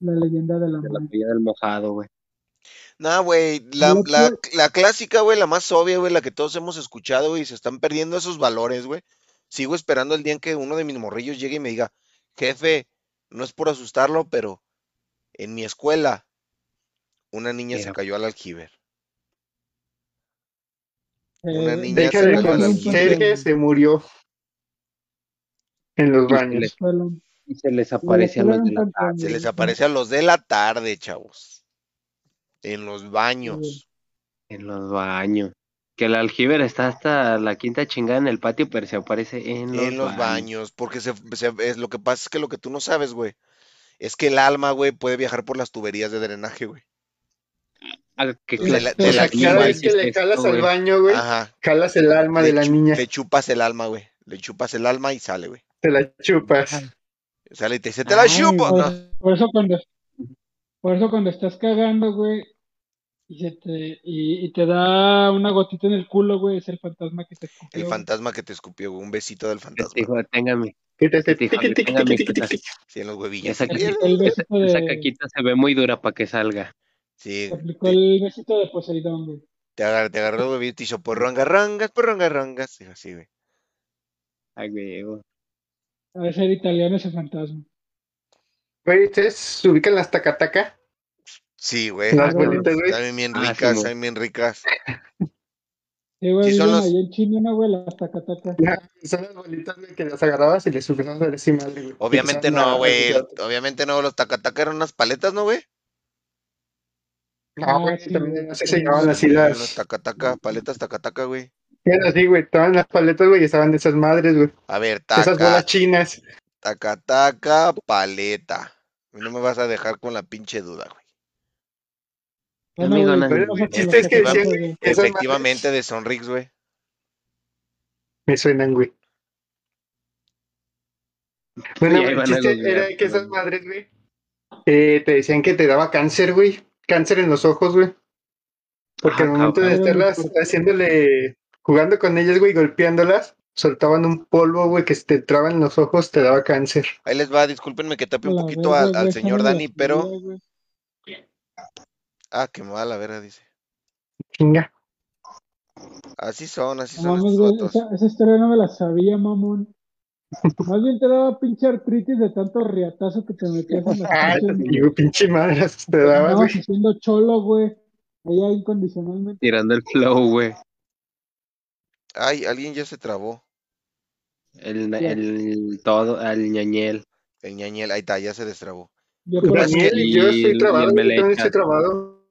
[SPEAKER 3] La leyenda de la
[SPEAKER 2] De la
[SPEAKER 3] mano.
[SPEAKER 2] playa del mojado, güey.
[SPEAKER 5] Nah, güey, la,
[SPEAKER 3] No,
[SPEAKER 5] la-
[SPEAKER 3] pues-
[SPEAKER 5] la clásica, güey, la más obvia, güey, la que todos hemos escuchado, güey, y se están perdiendo esos valores, güey. Sigo esperando el día en que uno de mis morrillos llegue y me diga, jefe, no es por asustarlo, pero en mi escuela una niña se
[SPEAKER 2] Pero-
[SPEAKER 5] cayó al aljiber.
[SPEAKER 3] Eh,
[SPEAKER 5] Una niña
[SPEAKER 8] Deja
[SPEAKER 5] se
[SPEAKER 8] de
[SPEAKER 5] cayó al aljibe.
[SPEAKER 8] Sergio se murió en los baños.
[SPEAKER 3] fue la-
[SPEAKER 2] Y se les aparecían
[SPEAKER 3] la
[SPEAKER 2] los de la
[SPEAKER 3] escuela era un
[SPEAKER 5] Ah, Se les
[SPEAKER 3] panteón,
[SPEAKER 5] aparece a los de la tarde, chavos. En los baños.
[SPEAKER 2] En los baños. Que el aljiber está hasta la quinta chingada en el patio, pero se aparece en los,
[SPEAKER 5] En los baños, porque se, se- es, lo que pasa es que lo que tú no sabes, güey, es que el alma, güey, puede viajar por las tuberías de drenaje, güey.
[SPEAKER 2] Ah, ¿qué
[SPEAKER 5] De la-
[SPEAKER 2] clase
[SPEAKER 5] de
[SPEAKER 8] O sea,
[SPEAKER 5] la
[SPEAKER 2] animal
[SPEAKER 8] cada vez que
[SPEAKER 2] es
[SPEAKER 8] le
[SPEAKER 2] esto,
[SPEAKER 8] calas al
[SPEAKER 2] güey?
[SPEAKER 8] baño, güey,
[SPEAKER 5] Ajá.
[SPEAKER 8] jalas el alma de
[SPEAKER 5] Ah, Le,
[SPEAKER 8] la
[SPEAKER 5] chu-
[SPEAKER 8] niña,
[SPEAKER 5] le chupas el alma, güey. Le chupas el alma y sale, güey.
[SPEAKER 8] te la chupas.
[SPEAKER 5] Sale y te dice, te la
[SPEAKER 2] Ay,
[SPEAKER 5] chupo.
[SPEAKER 7] Por,
[SPEAKER 5] No,
[SPEAKER 7] por eso cuando por eso cuando estás cagando, güey, y, se te, y, y te da una gotita en el culo, güey, es el fantasma que te escupió.
[SPEAKER 5] el
[SPEAKER 7] güey.
[SPEAKER 5] fantasma que te escupió, güey. Un besito del fantasma.
[SPEAKER 8] Este
[SPEAKER 2] Dijo, téngame.
[SPEAKER 8] Que te hace
[SPEAKER 2] Sí,
[SPEAKER 8] tiqui,
[SPEAKER 2] joder,
[SPEAKER 8] tiqui,
[SPEAKER 2] tenga
[SPEAKER 8] tiqui,
[SPEAKER 2] mi
[SPEAKER 8] tiqui,
[SPEAKER 2] puta.
[SPEAKER 8] tiqui.
[SPEAKER 5] Sí, en los huevillos.
[SPEAKER 2] Esa
[SPEAKER 7] Te
[SPEAKER 2] caquita,
[SPEAKER 7] aplicó el besito
[SPEAKER 5] este
[SPEAKER 7] de,
[SPEAKER 2] esa caquita se ve muy dura para que salga.
[SPEAKER 5] Sí,
[SPEAKER 7] te aplicó
[SPEAKER 5] te,
[SPEAKER 7] el besito de Poseidón, güey.
[SPEAKER 5] te agarró, te agarró los huevillos y "Pues te hizo porrongarrangas, porrongarrangas. Dijo así, güey.
[SPEAKER 2] Ay, güey, güey.
[SPEAKER 7] A veces era italiano ese fantasma.
[SPEAKER 8] Güey, ¿ustedes ubican las tacataca?
[SPEAKER 5] Sí, güey.
[SPEAKER 8] Las
[SPEAKER 7] Claro.
[SPEAKER 8] bolitas, güey.
[SPEAKER 5] Saben bien
[SPEAKER 2] Ah, sí,
[SPEAKER 5] ricas,
[SPEAKER 2] mo.
[SPEAKER 5] saben bien ricas.
[SPEAKER 7] Sí, güey,
[SPEAKER 5] Sí, son
[SPEAKER 7] viven
[SPEAKER 5] los-
[SPEAKER 7] ahí en China, ¿no, güey? Las tacatacas.
[SPEAKER 8] Son las bolitas, güey, que las agarrabas y le subías encima, güey.
[SPEAKER 5] Obviamente no, güey. Obviamente no, los tacataca eran unas paletas, ¿no, güey?
[SPEAKER 7] Ah,
[SPEAKER 8] No, güey,
[SPEAKER 7] sí,
[SPEAKER 8] también
[SPEAKER 7] güey.
[SPEAKER 8] así se llamaban así
[SPEAKER 5] Los
[SPEAKER 8] las...
[SPEAKER 5] tacataca, paletas tacataca, güey.
[SPEAKER 8] Eran así, güey, estaban las paletas, güey, y estaban de esas madres, güey.
[SPEAKER 5] A ver,
[SPEAKER 8] Esas bolas
[SPEAKER 5] taca,
[SPEAKER 8] chinas.
[SPEAKER 5] taca, taca, paleta. No me vas a dejar con la pinche duda, güey.
[SPEAKER 7] Bueno,
[SPEAKER 2] Amigo,
[SPEAKER 7] güey,
[SPEAKER 2] no,
[SPEAKER 7] pero
[SPEAKER 2] no,
[SPEAKER 7] no sé
[SPEAKER 2] este
[SPEAKER 7] si
[SPEAKER 2] es
[SPEAKER 7] lo
[SPEAKER 2] que
[SPEAKER 7] sepas,
[SPEAKER 8] decían-
[SPEAKER 7] güey.
[SPEAKER 8] Esas madres
[SPEAKER 5] Efectivamente, de Sonrix, güey.
[SPEAKER 8] Me suenan, güey. Bueno,
[SPEAKER 2] Y ahí
[SPEAKER 8] güey, el
[SPEAKER 2] van a
[SPEAKER 8] chiste
[SPEAKER 2] los
[SPEAKER 8] era
[SPEAKER 2] videos,
[SPEAKER 8] que esas
[SPEAKER 2] perdón.
[SPEAKER 8] madres, güey, eh, te decían que te daba cáncer, güey. Cáncer en los ojos, güey. Porque
[SPEAKER 2] Ah,
[SPEAKER 8] al momento de
[SPEAKER 7] cabrón.
[SPEAKER 8] estarlas haciéndole, jugando con ellas, güey, golpeándolas, soltaban un polvo, güey, que si te entraba en los ojos, te daba cáncer.
[SPEAKER 5] Ahí les va, discúlpenme que tape
[SPEAKER 7] A
[SPEAKER 5] un
[SPEAKER 7] la
[SPEAKER 5] poquito
[SPEAKER 7] verga,
[SPEAKER 5] al, al
[SPEAKER 7] güey,
[SPEAKER 5] señor
[SPEAKER 7] están en
[SPEAKER 5] Dani,
[SPEAKER 7] la
[SPEAKER 5] pero.
[SPEAKER 7] ciudad, güey.
[SPEAKER 5] Ah, que me va a la verga, dice.
[SPEAKER 8] Chinga.
[SPEAKER 5] Así son, así
[SPEAKER 7] No
[SPEAKER 5] son
[SPEAKER 7] mames,
[SPEAKER 5] estos
[SPEAKER 7] güey,
[SPEAKER 5] vatos.
[SPEAKER 7] esa, esa historia no me la sabía, mamón. Más bien te daba pinche artritis de tanto riatazo que te metías en
[SPEAKER 8] Ah,
[SPEAKER 7] las pinches...
[SPEAKER 8] digo, pinche madre, te
[SPEAKER 3] Pues
[SPEAKER 8] daba,
[SPEAKER 7] Andabas
[SPEAKER 8] güey.
[SPEAKER 7] haciendo cholo, güey. Allá incondicionalmente.
[SPEAKER 2] Tirando el flow, güey.
[SPEAKER 5] Ay, alguien ya se trabó.
[SPEAKER 2] El, el todo, el ñañel.
[SPEAKER 5] El ñañel, ahí está, ya se destrabó.
[SPEAKER 7] Yo por eso-
[SPEAKER 8] Daniel, y yo
[SPEAKER 2] Y
[SPEAKER 8] estoy
[SPEAKER 2] el- y
[SPEAKER 8] trabado,
[SPEAKER 2] el
[SPEAKER 8] yo también
[SPEAKER 2] Melecha.
[SPEAKER 8] estoy trabado.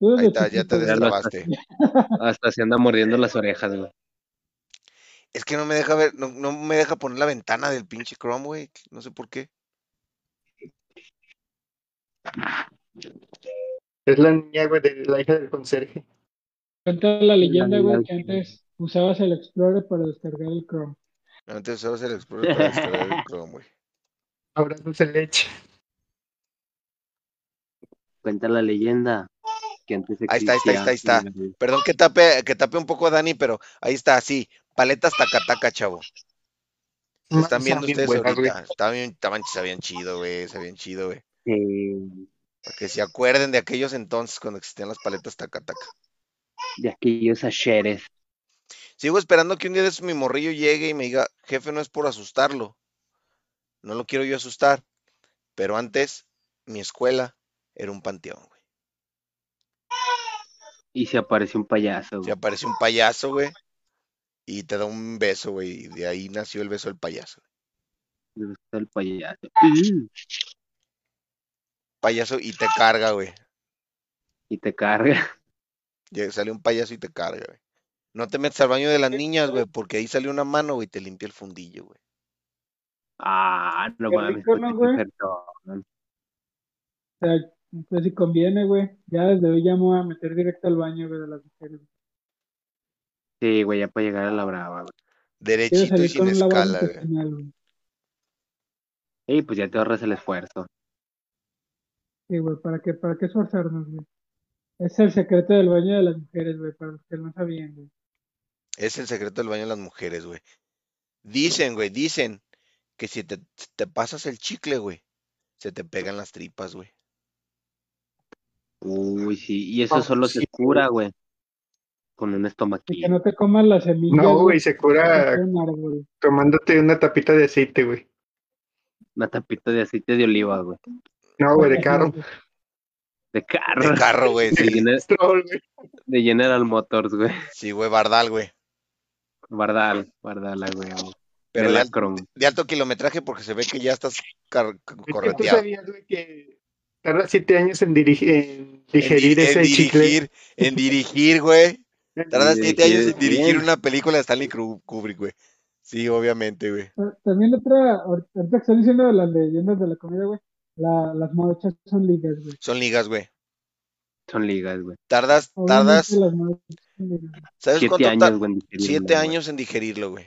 [SPEAKER 7] tú desde
[SPEAKER 5] Ahí está, ya
[SPEAKER 7] chiquito,
[SPEAKER 5] te
[SPEAKER 7] güey.
[SPEAKER 2] des-
[SPEAKER 5] destrabaste.
[SPEAKER 2] Hasta se anda mordiendo las orejas, güey.
[SPEAKER 5] Es que no me deja ver, no, no me deja poner la ventana del pinche Chrome, güey. No sé por qué.
[SPEAKER 8] Es la niña, güey, de la hija del conserje.
[SPEAKER 7] Cuenta la leyenda, güey,
[SPEAKER 2] Daniel.
[SPEAKER 7] que antes usabas el Explorer para descargar el Chrome.
[SPEAKER 5] Antes usabas el Explorer para descargar el Chrome, güey.
[SPEAKER 8] Ahora dulce leche.
[SPEAKER 2] Cuenta la leyenda. Que antes
[SPEAKER 5] Ahí está, ahí está, ahí está, ahí está.
[SPEAKER 2] existía-
[SPEAKER 5] Perdón que tape, que tape un poco a Dani, pero ahí está, sí. Paletas tacataca, chavo. Se están viendo ustedes
[SPEAKER 8] buenas, güey.
[SPEAKER 5] ahorita. Estaban bien, estaban, sabían chido, güey. Sabían chido, güey.
[SPEAKER 2] Eh,
[SPEAKER 5] Para que se acuerden de aquellos entonces cuando existían las paletas tacataca.
[SPEAKER 2] de aquellos ayeres.
[SPEAKER 5] Sigo esperando que un día de esos mi morrillo llegue y me diga, jefe, no es por asustarlo. No lo quiero yo asustar. Pero antes, mi escuela era un panteón, güey.
[SPEAKER 2] Y se apareció un payaso,
[SPEAKER 5] Se
[SPEAKER 2] güey.
[SPEAKER 5] aparece un payaso, güey. Y te da un beso, güey. Y de ahí nació el beso del payaso.
[SPEAKER 2] Me gustó el payaso.
[SPEAKER 5] Payaso y te carga, güey.
[SPEAKER 2] Y te carga.
[SPEAKER 5] Llega- Sale un payaso y te carga, güey. No te metas al baño de las niñas, güey, porque ahí salió una mano, güey, y te limpia el fundillo, güey.
[SPEAKER 2] Ah, no
[SPEAKER 7] Qué
[SPEAKER 2] mames.
[SPEAKER 7] rico,
[SPEAKER 2] pues,
[SPEAKER 7] ¿no,
[SPEAKER 2] qué
[SPEAKER 7] güey?
[SPEAKER 2] perdón.
[SPEAKER 3] pues
[SPEAKER 7] O sea, entonces si conviene, güey. Ya desde hoy ya me voy a meter directo al baño, güey, de las mujeres.
[SPEAKER 2] Sí, güey, ya para llegar a la brava, güey.
[SPEAKER 3] Quiero
[SPEAKER 5] Derechito y
[SPEAKER 3] salir
[SPEAKER 5] sin
[SPEAKER 3] con un lavado
[SPEAKER 5] escala, güey.
[SPEAKER 3] intestinal, güey.
[SPEAKER 2] Y pues ya te ahorras el esfuerzo.
[SPEAKER 3] Sí, güey, ¿para qué, para qué esforzarnos, güey? Es el secreto del baño de las mujeres, güey, para los que no sabían, güey.
[SPEAKER 5] Es el secreto del baño de las mujeres, güey. Dicen, güey, dicen que si te, te pasas el chicle, güey, se te pegan las tripas, güey.
[SPEAKER 2] Uy, sí, y eso
[SPEAKER 8] Ah,
[SPEAKER 2] solo
[SPEAKER 8] sí,
[SPEAKER 2] se cura, güey. Con un
[SPEAKER 3] Y que
[SPEAKER 2] estomaquillo.
[SPEAKER 3] no te comas las semillas,
[SPEAKER 8] No, güey,
[SPEAKER 3] güey,
[SPEAKER 8] se
[SPEAKER 3] que
[SPEAKER 8] cura
[SPEAKER 3] son un árbol.
[SPEAKER 8] tomándote una tapita de aceite, güey.
[SPEAKER 2] Una tapita de aceite de oliva, güey.
[SPEAKER 8] No, güey, de carro.
[SPEAKER 2] De carro.
[SPEAKER 5] De carro, güey,
[SPEAKER 2] De
[SPEAKER 5] sí.
[SPEAKER 2] General,
[SPEAKER 8] Troll, güey.
[SPEAKER 2] de General Motors, güey.
[SPEAKER 5] Sí, güey, bardal, güey.
[SPEAKER 2] Bardal, bardala, güey. güey.
[SPEAKER 5] Pero
[SPEAKER 2] de
[SPEAKER 5] de,
[SPEAKER 2] la
[SPEAKER 5] al- de alto kilometraje porque se ve que ya estás car- c-
[SPEAKER 8] Es que tú
[SPEAKER 5] correteado.
[SPEAKER 8] sabías, güey, que tarda siete años en, dirigi- en digerir
[SPEAKER 5] en, di-
[SPEAKER 8] ese
[SPEAKER 5] en
[SPEAKER 8] chicle.
[SPEAKER 5] dirigir, en dirigir, güey. Tardas siete
[SPEAKER 2] dirigir
[SPEAKER 5] años en dirigir
[SPEAKER 2] bien.
[SPEAKER 5] una película de Stanley Kru- Kubrick, güey. Sí, obviamente, güey.
[SPEAKER 3] Ta- También otra, ahor- ahorita que están diciendo de las leyendas de la comida, güey, la- las morochas son ligas, güey.
[SPEAKER 5] Son ligas, güey.
[SPEAKER 2] Son ligas, güey.
[SPEAKER 5] Tardas,
[SPEAKER 3] Obviamente
[SPEAKER 5] tardas,
[SPEAKER 3] las morochas son ligas, güey.
[SPEAKER 5] ¿sabes
[SPEAKER 2] Siete
[SPEAKER 5] cuánto
[SPEAKER 2] años,
[SPEAKER 5] tardas?
[SPEAKER 2] güey. en digerir
[SPEAKER 5] Siete
[SPEAKER 2] una, güey.
[SPEAKER 5] años en digerirlo, güey.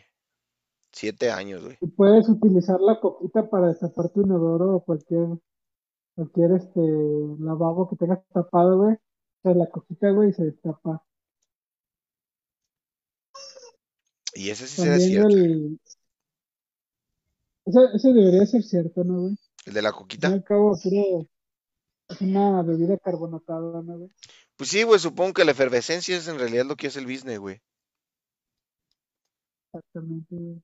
[SPEAKER 5] Siete años, güey.
[SPEAKER 3] Y puedes utilizar la coquita para destapar tu inodoro o cualquier, cualquier este lavabo que tengas tapado, güey. O sea, la coquita, güey, se destapa.
[SPEAKER 5] Y ese sí será
[SPEAKER 3] También
[SPEAKER 5] cierto. El...
[SPEAKER 3] el... Eso, eso debería ser cierto, ¿no, güey?
[SPEAKER 5] de la
[SPEAKER 3] Al fin y
[SPEAKER 5] coquita.
[SPEAKER 3] al cabo, puro- es una bebida carbonatada, ¿no, güey?
[SPEAKER 5] Pues sí, güey, supongo que la efervescencia es en realidad lo que es el business, güey.
[SPEAKER 3] Exactamente, güey.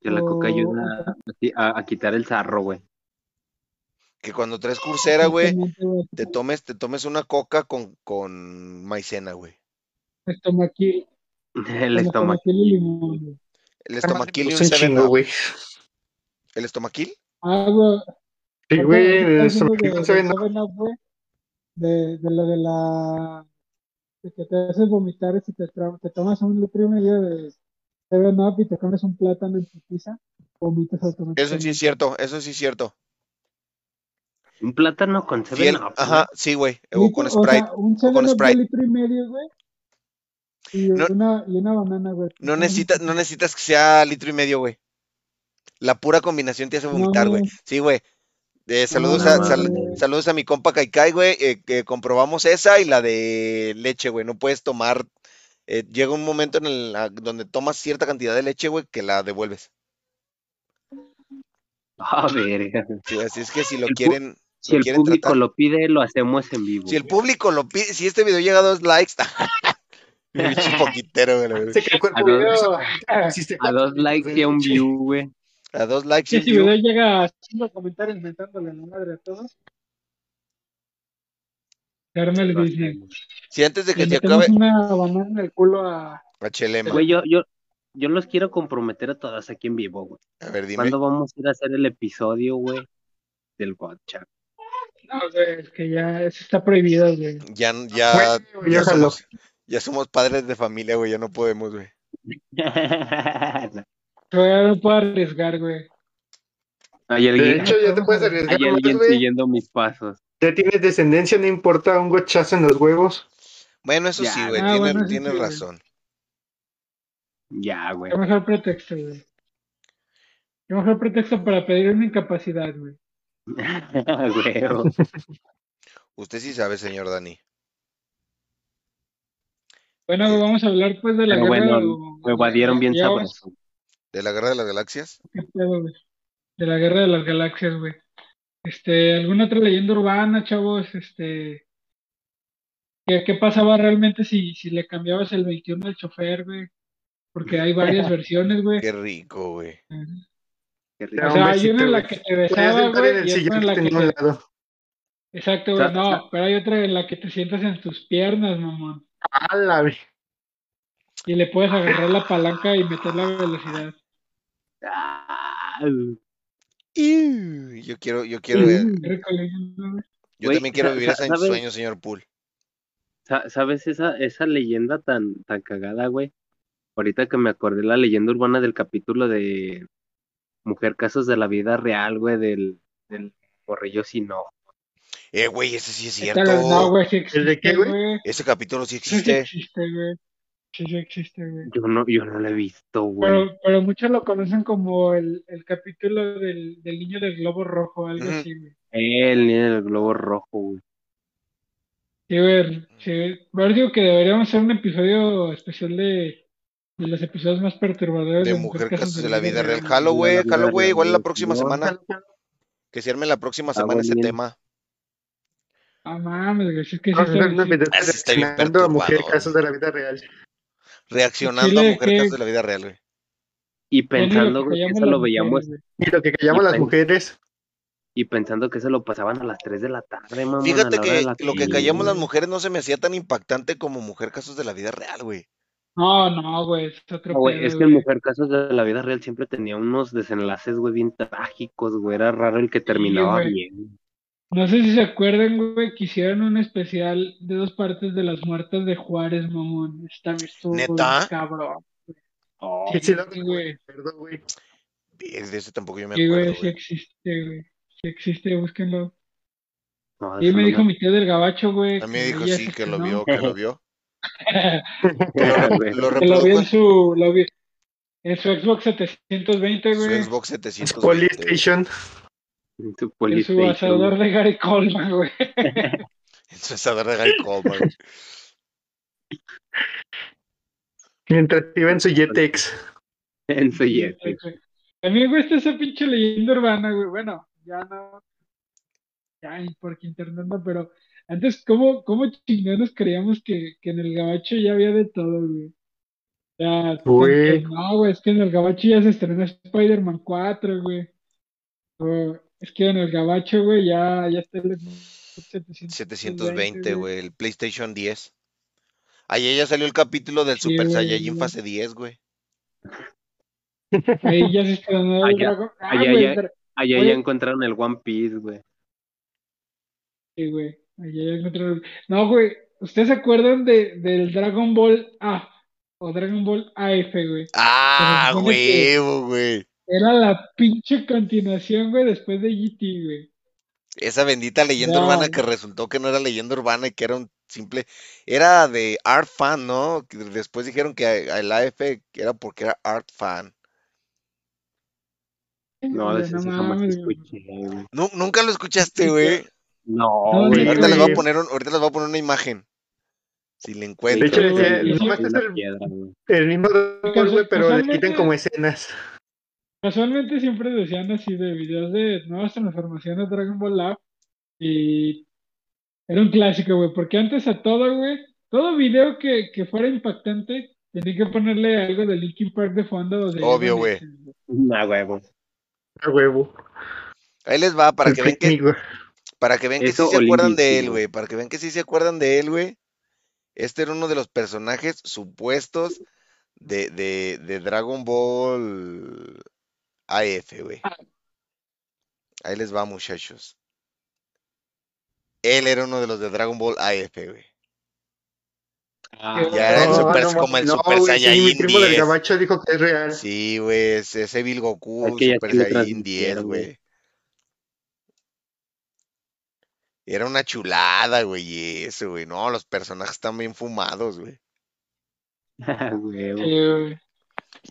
[SPEAKER 2] Que la coca
[SPEAKER 3] O-
[SPEAKER 7] Oh,
[SPEAKER 2] ayuda a, a quitar el sarro, güey.
[SPEAKER 5] Que cuando traes cursera, güey,
[SPEAKER 3] Exactamente, güey.
[SPEAKER 5] te tomes, te tomes una coca con, con maicena, güey.
[SPEAKER 3] Estomaquil,
[SPEAKER 2] El
[SPEAKER 3] con
[SPEAKER 2] estómago.
[SPEAKER 3] estomaquil y limón, güey.
[SPEAKER 5] El estomaquil y un
[SPEAKER 8] Pues un
[SPEAKER 5] 7
[SPEAKER 8] chingo, güey.
[SPEAKER 5] ¿El estomaquil?
[SPEAKER 3] Ah, güey,
[SPEAKER 8] Sí,
[SPEAKER 3] ahorita
[SPEAKER 8] güey,
[SPEAKER 3] que
[SPEAKER 8] el
[SPEAKER 3] estás hablando
[SPEAKER 8] Somaquil
[SPEAKER 3] de-
[SPEAKER 8] no
[SPEAKER 3] de
[SPEAKER 8] sabe nada.
[SPEAKER 3] 7 Up, güey, de, de lo de la... de que te haces vomitar y si te, tra- te tomas un litro y medio de 7 Up y te comes un plátano en tu pizza, vomitas automáticamente.
[SPEAKER 5] Eso sí es cierto, eso sí es cierto.
[SPEAKER 2] Un plátano con seven
[SPEAKER 5] Fiel,
[SPEAKER 2] up,
[SPEAKER 5] ajá, sí, güey, o con
[SPEAKER 3] Litro, o
[SPEAKER 5] Sprite.
[SPEAKER 3] sea, un 7 Up de
[SPEAKER 5] Sprite.
[SPEAKER 3] litro y medio, güey. Y,
[SPEAKER 5] No-
[SPEAKER 3] una, y una banana, güey.
[SPEAKER 5] No necesitas, no necesitas que sea litro y medio, güey. La pura combinación te hace vomitar, güey.
[SPEAKER 3] No.
[SPEAKER 5] Sí, güey. Eh, saludos,
[SPEAKER 3] No,
[SPEAKER 5] a,
[SPEAKER 3] no
[SPEAKER 5] sal-
[SPEAKER 2] mames.
[SPEAKER 5] saludos a mi compa Kaikai, güey. eh, que comprobamos esa y la de leche, güey. No puedes tomar. eh, llega un momento en el a- donde tomas cierta cantidad de leche, güey, que la devuelves.
[SPEAKER 2] A ver,
[SPEAKER 5] Sí, así es que si lo
[SPEAKER 2] El pu-
[SPEAKER 5] quieren,
[SPEAKER 2] si el
[SPEAKER 5] quieren
[SPEAKER 2] público
[SPEAKER 5] tratar?
[SPEAKER 2] lo pide, lo hacemos en vivo.
[SPEAKER 5] si el público lo pide, si este video llega a dos likes, pinche poquitero, güey, la verga.
[SPEAKER 8] Se cree cuerpo
[SPEAKER 2] A dos-
[SPEAKER 8] video. Hiciste
[SPEAKER 2] A
[SPEAKER 8] cuatro
[SPEAKER 2] dos likes y
[SPEAKER 8] de
[SPEAKER 2] a un
[SPEAKER 8] leche.
[SPEAKER 2] view, güey.
[SPEAKER 5] A dos likes y
[SPEAKER 7] Sí,
[SPEAKER 5] un
[SPEAKER 7] si
[SPEAKER 5] view.
[SPEAKER 7] video llega a cinco comentarios mentándole la madre a todos. Se arma el business.
[SPEAKER 5] Si antes de que
[SPEAKER 7] Le
[SPEAKER 5] se
[SPEAKER 7] metemos
[SPEAKER 5] acabe,
[SPEAKER 7] una banana en el culo a.
[SPEAKER 5] HLM,
[SPEAKER 2] Este Güey, yo, yo, yo los quiero comprometer a todos aquí en vivo, güey.
[SPEAKER 5] a ver, dime.
[SPEAKER 2] ¿Cuándo vamos a ir a hacer el episodio, güey? Del WhatsApp.
[SPEAKER 7] No, güey, es que ya eso está prohibido, güey.
[SPEAKER 5] Ya, ya,
[SPEAKER 8] Güey,
[SPEAKER 5] ya
[SPEAKER 8] ya jaló.
[SPEAKER 5] somos, ya somos padres de familia, güey, ya no podemos, güey.
[SPEAKER 7] Todavía no puedo arriesgar, güey.
[SPEAKER 2] Hay alguien,
[SPEAKER 8] De hecho, ya te puedes arriesgar
[SPEAKER 2] hay
[SPEAKER 8] más,
[SPEAKER 2] alguien
[SPEAKER 8] güey.
[SPEAKER 2] siguiendo mis pasos.
[SPEAKER 8] Ya tienes descendencia, no importa un gochazo en los huevos.
[SPEAKER 5] Bueno, eso
[SPEAKER 2] Ya,
[SPEAKER 5] sí, güey,
[SPEAKER 7] ah,
[SPEAKER 5] tienes,
[SPEAKER 7] bueno, eso
[SPEAKER 5] tienes
[SPEAKER 7] sí, güey.
[SPEAKER 5] razón.
[SPEAKER 2] Ya, güey.
[SPEAKER 7] Qué mejor pretexto, güey. Qué mejor pretexto para pedir una incapacidad, güey.
[SPEAKER 2] Güey.
[SPEAKER 5] Usted sí sabe, señor Dani.
[SPEAKER 7] Bueno, güey, vamos a hablar pues de la
[SPEAKER 2] Pero
[SPEAKER 7] guerra.
[SPEAKER 2] bueno,
[SPEAKER 7] o-
[SPEAKER 2] Me evadieron bien
[SPEAKER 7] ya vamos-
[SPEAKER 2] sabroso.
[SPEAKER 5] ¿De la Guerra de las Galaxias?
[SPEAKER 7] ¿Qué pedo, güey? De la guerra de las galaxias, güey. Este, ¿alguna otra leyenda urbana, chavos? Este, ¿qué, qué pasaba realmente si, si le cambiabas el 21 al chofer, güey? Porque hay varias versiones, güey.
[SPEAKER 5] Qué rico, güey.
[SPEAKER 2] Qué rico.
[SPEAKER 8] Era
[SPEAKER 7] O
[SPEAKER 8] un
[SPEAKER 7] sea, hay
[SPEAKER 8] besito,
[SPEAKER 7] una en la
[SPEAKER 8] güey.
[SPEAKER 7] que te
[SPEAKER 8] Podías
[SPEAKER 7] besaba,
[SPEAKER 8] entrar en el
[SPEAKER 7] güey, y otra
[SPEAKER 8] sillón
[SPEAKER 7] en
[SPEAKER 8] que
[SPEAKER 7] la que
[SPEAKER 8] tenía a un
[SPEAKER 7] te...
[SPEAKER 8] lado.
[SPEAKER 7] Exacto,
[SPEAKER 2] O sea,
[SPEAKER 7] güey, no, pero hay otra en la que te sientas en tus piernas, mamón.
[SPEAKER 8] A la ve-
[SPEAKER 7] Y le puedes agarrar la palanca y meter la velocidad.
[SPEAKER 2] Ah,
[SPEAKER 5] Iu, Yo quiero, yo quiero,
[SPEAKER 7] Qué
[SPEAKER 5] eh,
[SPEAKER 7] rico, leyenda, güey.
[SPEAKER 5] yo
[SPEAKER 2] Güey,
[SPEAKER 5] también quiero
[SPEAKER 2] sa-
[SPEAKER 5] vivir
[SPEAKER 2] sa-
[SPEAKER 5] ese
[SPEAKER 2] ¿sabes?
[SPEAKER 5] sueño, señor Pool.
[SPEAKER 2] Sa- ¿Sabes esa, esa leyenda tan, tan cagada, güey? Ahorita que me acordé la leyenda urbana del capítulo de Mujer Casos de la Vida Real, güey, del, del morrillo sin ojo.
[SPEAKER 5] Eh, güey, ese sí es
[SPEAKER 7] Esta- No,
[SPEAKER 5] cierto.
[SPEAKER 7] güey, sí
[SPEAKER 8] ¿El de qué,
[SPEAKER 7] existe,
[SPEAKER 8] güey?
[SPEAKER 7] güey.
[SPEAKER 5] Ese capítulo sí
[SPEAKER 7] Sí, sí
[SPEAKER 5] existe.
[SPEAKER 7] existe, güey. Sí, sí existe, güey.
[SPEAKER 2] Yo no, yo no lo he visto, güey.
[SPEAKER 7] Pero, pero muchos lo conocen como el, el capítulo del, del niño del globo rojo, algo
[SPEAKER 2] Ujú.
[SPEAKER 7] así, güey.
[SPEAKER 2] Eh, El niño del globo rojo, güey.
[SPEAKER 7] Sí, güey. Sí, pero digo que deberíamos hacer un episodio especial de, de los episodios más perturbadores
[SPEAKER 5] De
[SPEAKER 7] las
[SPEAKER 5] mujer
[SPEAKER 7] casos
[SPEAKER 5] casos de la vida real.
[SPEAKER 7] güey.
[SPEAKER 5] Jalo, güey,
[SPEAKER 2] vida
[SPEAKER 5] jalo, güey.
[SPEAKER 2] real,
[SPEAKER 5] Igual la
[SPEAKER 2] güey.
[SPEAKER 5] próxima
[SPEAKER 2] No,
[SPEAKER 5] semana. Que se arme la próxima
[SPEAKER 2] Está
[SPEAKER 5] semana ese
[SPEAKER 2] bien.
[SPEAKER 5] tema.
[SPEAKER 7] Ah, mames, güey. Es que sí,
[SPEAKER 8] Vamos a hacer un
[SPEAKER 7] está-
[SPEAKER 8] video
[SPEAKER 5] Ah, sí está bien
[SPEAKER 8] reaccionando a mujer
[SPEAKER 5] perturbador.
[SPEAKER 8] casos de la vida real.
[SPEAKER 5] Reaccionando a
[SPEAKER 7] Chile,
[SPEAKER 5] mujer
[SPEAKER 7] ¿qué?
[SPEAKER 5] casos de la vida real, güey.
[SPEAKER 2] Y
[SPEAKER 7] Ponle lo
[SPEAKER 2] pensando,
[SPEAKER 7] que
[SPEAKER 2] güey, que
[SPEAKER 7] callamos
[SPEAKER 2] eso
[SPEAKER 7] las
[SPEAKER 2] lo veíamos,
[SPEAKER 7] mujeres, güey.
[SPEAKER 8] Y lo que callamos las
[SPEAKER 2] Ahí.
[SPEAKER 8] mujeres.
[SPEAKER 2] y pensando que eso lo pasaban a las 3 de la tarde, mamón. a
[SPEAKER 5] Fíjate
[SPEAKER 2] la hora de
[SPEAKER 5] que
[SPEAKER 2] la
[SPEAKER 5] lo que
[SPEAKER 2] tele,
[SPEAKER 5] callamos las
[SPEAKER 2] güey.
[SPEAKER 5] mujeres no se me hacía tan impactante como mujer casos de la vida real, güey.
[SPEAKER 7] No, no, güey. Es otro
[SPEAKER 2] No, Ah, güey,
[SPEAKER 7] pedo,
[SPEAKER 2] es que en
[SPEAKER 7] güey.
[SPEAKER 2] Mujer Casos de la vida real siempre tenía unos desenlaces, güey, bien trágicos, güey. Era raro el que terminaba
[SPEAKER 7] güey.
[SPEAKER 2] bien.
[SPEAKER 7] No sé si se acuerdan, güey, que hicieron un especial de dos partes de las muertas de Juárez, mamón. Está estuvo
[SPEAKER 5] ¿Neta?
[SPEAKER 7] bien cabrón.
[SPEAKER 2] Oh,
[SPEAKER 8] Sí, sí, lo
[SPEAKER 7] Sí, güey.
[SPEAKER 8] recuerdo, güey.
[SPEAKER 5] Y De ese tampoco yo me
[SPEAKER 7] Sí, güey,
[SPEAKER 5] acuerdo,
[SPEAKER 7] sí
[SPEAKER 5] güey.
[SPEAKER 7] existe, güey. Sí existe, búsquenlo.
[SPEAKER 2] no,
[SPEAKER 7] Y
[SPEAKER 2] eso Ah,
[SPEAKER 7] me
[SPEAKER 2] no
[SPEAKER 7] dijo mi tío del gabacho, güey,
[SPEAKER 5] A mí me
[SPEAKER 7] que
[SPEAKER 5] dijo
[SPEAKER 7] ella
[SPEAKER 5] sí,
[SPEAKER 7] se
[SPEAKER 5] que lo vio,
[SPEAKER 7] estrenó,
[SPEAKER 5] que lo vio.
[SPEAKER 2] me acuerdo, güey.
[SPEAKER 5] Lo
[SPEAKER 7] que lo vi en
[SPEAKER 5] reprodujo
[SPEAKER 7] su, lo vi en su Xbox 720,
[SPEAKER 5] en su
[SPEAKER 7] güey,
[SPEAKER 5] Xbox 700.
[SPEAKER 8] Polystation.
[SPEAKER 2] En su
[SPEAKER 7] en su
[SPEAKER 2] PlayStation,
[SPEAKER 7] asador de Gary Coleman, güey.
[SPEAKER 5] En su asador de Gary Coleman. güey.
[SPEAKER 8] Mientras iba en su Jetex.
[SPEAKER 2] En su Yeti.
[SPEAKER 7] También, güey, está esa pinche leyenda urbana, güey. Bueno, ya no. Ya, y porque internet no, pero antes, ¿cómo, cómo chingados creíamos que, que en el gabacho ya había de todo, güey? Ya,
[SPEAKER 8] Güey.
[SPEAKER 7] tanto- no, güey, es que en el gabacho ya se estrenó Spider-Man 4, güey. O, es que en el gabacho, güey, ya, ya está el
[SPEAKER 5] 720, güey. El PlayStation 10. Ayer ya salió el capítulo del
[SPEAKER 7] Sí,
[SPEAKER 5] Super
[SPEAKER 7] güey,
[SPEAKER 5] Saiyajin
[SPEAKER 7] güey.
[SPEAKER 5] fase 10, güey.
[SPEAKER 7] Ahí ya se estrenó el
[SPEAKER 2] Allá-
[SPEAKER 7] Dragon. Ah,
[SPEAKER 2] allá
[SPEAKER 7] güey,
[SPEAKER 2] ya-
[SPEAKER 7] pero-
[SPEAKER 2] Allá
[SPEAKER 7] Oye.
[SPEAKER 2] ya encontraron el One Piece, güey.
[SPEAKER 7] Sí, güey. Ahí hay otro- No, güey. ¿Ustedes se acuerdan de, del Dragon Ball A o Dragon Ball AF, güey?
[SPEAKER 5] Ah,
[SPEAKER 7] supone que-
[SPEAKER 5] huevo, güey.
[SPEAKER 7] Era la pinche continuación, güey, después de GT, güey.
[SPEAKER 5] Esa bendita leyenda
[SPEAKER 7] Ya.
[SPEAKER 5] urbana que resultó que no era leyenda urbana y que era un simple. Era de Art Fan, ¿no? Que Después dijeron que a- a el AF era porque era Art Fan.
[SPEAKER 2] No,
[SPEAKER 7] Güey,
[SPEAKER 2] de eso jamás
[SPEAKER 7] mames, güey.
[SPEAKER 2] escuché, güey.
[SPEAKER 5] Nu- nunca lo escuchaste,
[SPEAKER 7] Sí,
[SPEAKER 5] güey.
[SPEAKER 2] No,
[SPEAKER 7] No,
[SPEAKER 2] güey.
[SPEAKER 7] no,
[SPEAKER 5] Ahorita les voy a
[SPEAKER 8] güey.
[SPEAKER 5] poner un- ahorita les voy a poner una imagen. Si la
[SPEAKER 8] De hecho,
[SPEAKER 5] encuentro.
[SPEAKER 2] Entonces,
[SPEAKER 8] decía,
[SPEAKER 2] güey,
[SPEAKER 8] nomás
[SPEAKER 2] soy
[SPEAKER 8] es
[SPEAKER 2] una
[SPEAKER 8] el-
[SPEAKER 2] piedra, güey.
[SPEAKER 8] El mismo Dragon Ball, güey, pero le quitan como escenas.
[SPEAKER 7] Casualmente siempre decían así de videos de nuevas transformaciones de Dragon Ball Lab y era un clásico, güey, porque antes a todo, güey, todo video que, que fuera impactante tenía que ponerle algo de Linkin Park de fondo o de
[SPEAKER 5] Obvio,
[SPEAKER 7] Evanescence, güey.
[SPEAKER 2] Nah, güey, güey.
[SPEAKER 8] A huevo.
[SPEAKER 5] Ahí les va, para que vean que,
[SPEAKER 8] Picnic,
[SPEAKER 5] para que vean que sí
[SPEAKER 2] Eso
[SPEAKER 5] se
[SPEAKER 2] o
[SPEAKER 5] acuerdan
[SPEAKER 2] Linkin,
[SPEAKER 5] de
[SPEAKER 2] sí,
[SPEAKER 5] él,
[SPEAKER 2] güey.
[SPEAKER 5] güey. Para que vean que sí se acuerdan de él, güey. Este era uno de los personajes supuestos de, de, de Dragon Ball AF, güey. Ahí les va, muchachos. Él era uno de los de Dragon Ball AF, güey.
[SPEAKER 2] Ah,
[SPEAKER 5] Ya era el
[SPEAKER 8] No,
[SPEAKER 5] super,
[SPEAKER 8] no,
[SPEAKER 5] como el
[SPEAKER 8] no,
[SPEAKER 5] Super
[SPEAKER 8] güey, sí,
[SPEAKER 5] Saiyajin
[SPEAKER 8] mi primo del
[SPEAKER 5] 10.
[SPEAKER 8] gabacho dijo que es real.
[SPEAKER 5] Sí, güey, es- ese Bill Goku,
[SPEAKER 2] Es que ya
[SPEAKER 5] Super
[SPEAKER 2] sí lo
[SPEAKER 5] Saiyajin 10,
[SPEAKER 2] transmitieron, güey.
[SPEAKER 5] güey. Era una chulada, güey, y eso, güey. No, los personajes están bien fumados, güey.
[SPEAKER 2] güey. güey.
[SPEAKER 7] Sí, güey.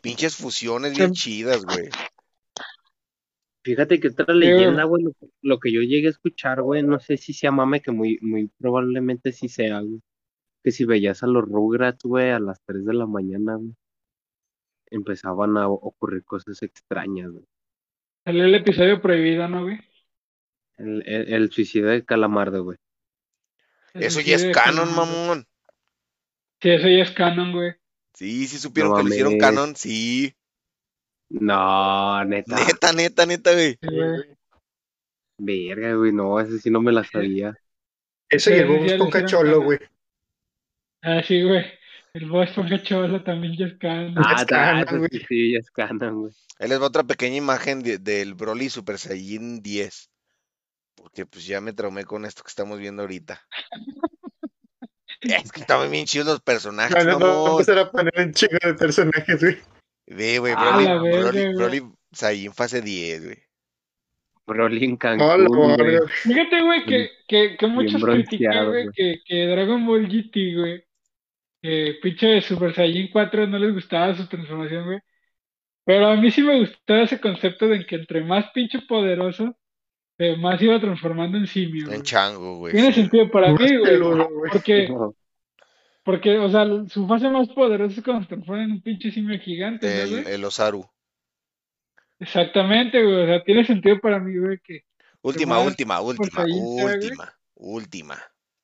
[SPEAKER 5] Pinches fusiones bien chidas, güey.
[SPEAKER 2] Fíjate que otra leyenda, güey, lo, lo que yo llegué a escuchar, güey, no sé si sea mame, que muy, muy probablemente sí sea, güey. Que si veías a los Rugrats, güey, a las 3 de la mañana, güey, empezaban a ocurrir cosas extrañas, güey.
[SPEAKER 7] Salió el episodio prohibido, ¿no, güey?
[SPEAKER 2] El, el- el suicidio de Calamardo, güey.
[SPEAKER 7] El
[SPEAKER 5] Eso ya
[SPEAKER 7] suicidio
[SPEAKER 5] es
[SPEAKER 7] de
[SPEAKER 5] canon,
[SPEAKER 7] Conan, güey.
[SPEAKER 5] mamón.
[SPEAKER 7] Sí, eso ya es canon, güey.
[SPEAKER 5] Sí, sí supieron
[SPEAKER 2] No
[SPEAKER 5] que lo hicieron
[SPEAKER 2] mames.
[SPEAKER 5] canon, sí.
[SPEAKER 2] No, neta.
[SPEAKER 5] Neta, neta, neta, güey.
[SPEAKER 7] Sí, güey.
[SPEAKER 2] Verga, güey, no, ese sí no me la sabía.
[SPEAKER 8] Eso y
[SPEAKER 7] Sí,
[SPEAKER 8] el Bob
[SPEAKER 7] ya lo
[SPEAKER 8] Esponja
[SPEAKER 7] hicieron
[SPEAKER 8] Cholo,
[SPEAKER 7] canon.
[SPEAKER 8] güey.
[SPEAKER 7] Ah, sí, güey. El Bob Esponja Cholo también ya es canon.
[SPEAKER 2] Ah,
[SPEAKER 8] canon,
[SPEAKER 2] eso
[SPEAKER 8] güey.
[SPEAKER 2] sí, sí, ya es canon, güey.
[SPEAKER 5] Ahí les va otra pequeña imagen de- del Broly Super Saiyajin 10. Porque pues ya me traumé con esto que estamos viendo ahorita. Es que estaban bien chidos los personajes,
[SPEAKER 8] Ah, No, no, no,
[SPEAKER 5] mamón.
[SPEAKER 8] vamos a poner un chingo de personajes, güey.
[SPEAKER 5] Ve, güey,
[SPEAKER 2] Ah,
[SPEAKER 5] Broly,
[SPEAKER 7] la verga,
[SPEAKER 5] Broly,
[SPEAKER 7] güey.
[SPEAKER 5] Broly Saiyajin fase 10, güey.
[SPEAKER 2] Broly en
[SPEAKER 8] No,
[SPEAKER 2] Cancún,
[SPEAKER 8] la
[SPEAKER 2] güey.
[SPEAKER 8] verga.
[SPEAKER 7] Fíjate, güey, que, que, que muchos
[SPEAKER 2] bronceado,
[SPEAKER 7] criticaron, güey,
[SPEAKER 2] güey.
[SPEAKER 7] que, que Dragon Ball GT, güey, que pinche Super Saiyan 4 no les gustaba su transformación, güey. Pero a mí sí me gustaba ese concepto de que entre más pinche poderoso, eh, más iba transformando en simio.
[SPEAKER 5] En
[SPEAKER 7] güey.
[SPEAKER 5] chango, güey.
[SPEAKER 7] Tiene sentido para
[SPEAKER 8] Más
[SPEAKER 7] mí, güey.
[SPEAKER 8] peludo, güey.
[SPEAKER 7] Porque, porque, o sea, su fase más poderosa es cuando se transforma en un pinche simio gigante, ¿no,
[SPEAKER 5] El,
[SPEAKER 7] güey?
[SPEAKER 5] el Osaru.
[SPEAKER 7] Exactamente, güey. O sea, tiene sentido para mí, güey, que
[SPEAKER 5] Última,
[SPEAKER 7] más
[SPEAKER 5] última, última,
[SPEAKER 7] ahí, ¿sabes, güey?
[SPEAKER 5] última, última,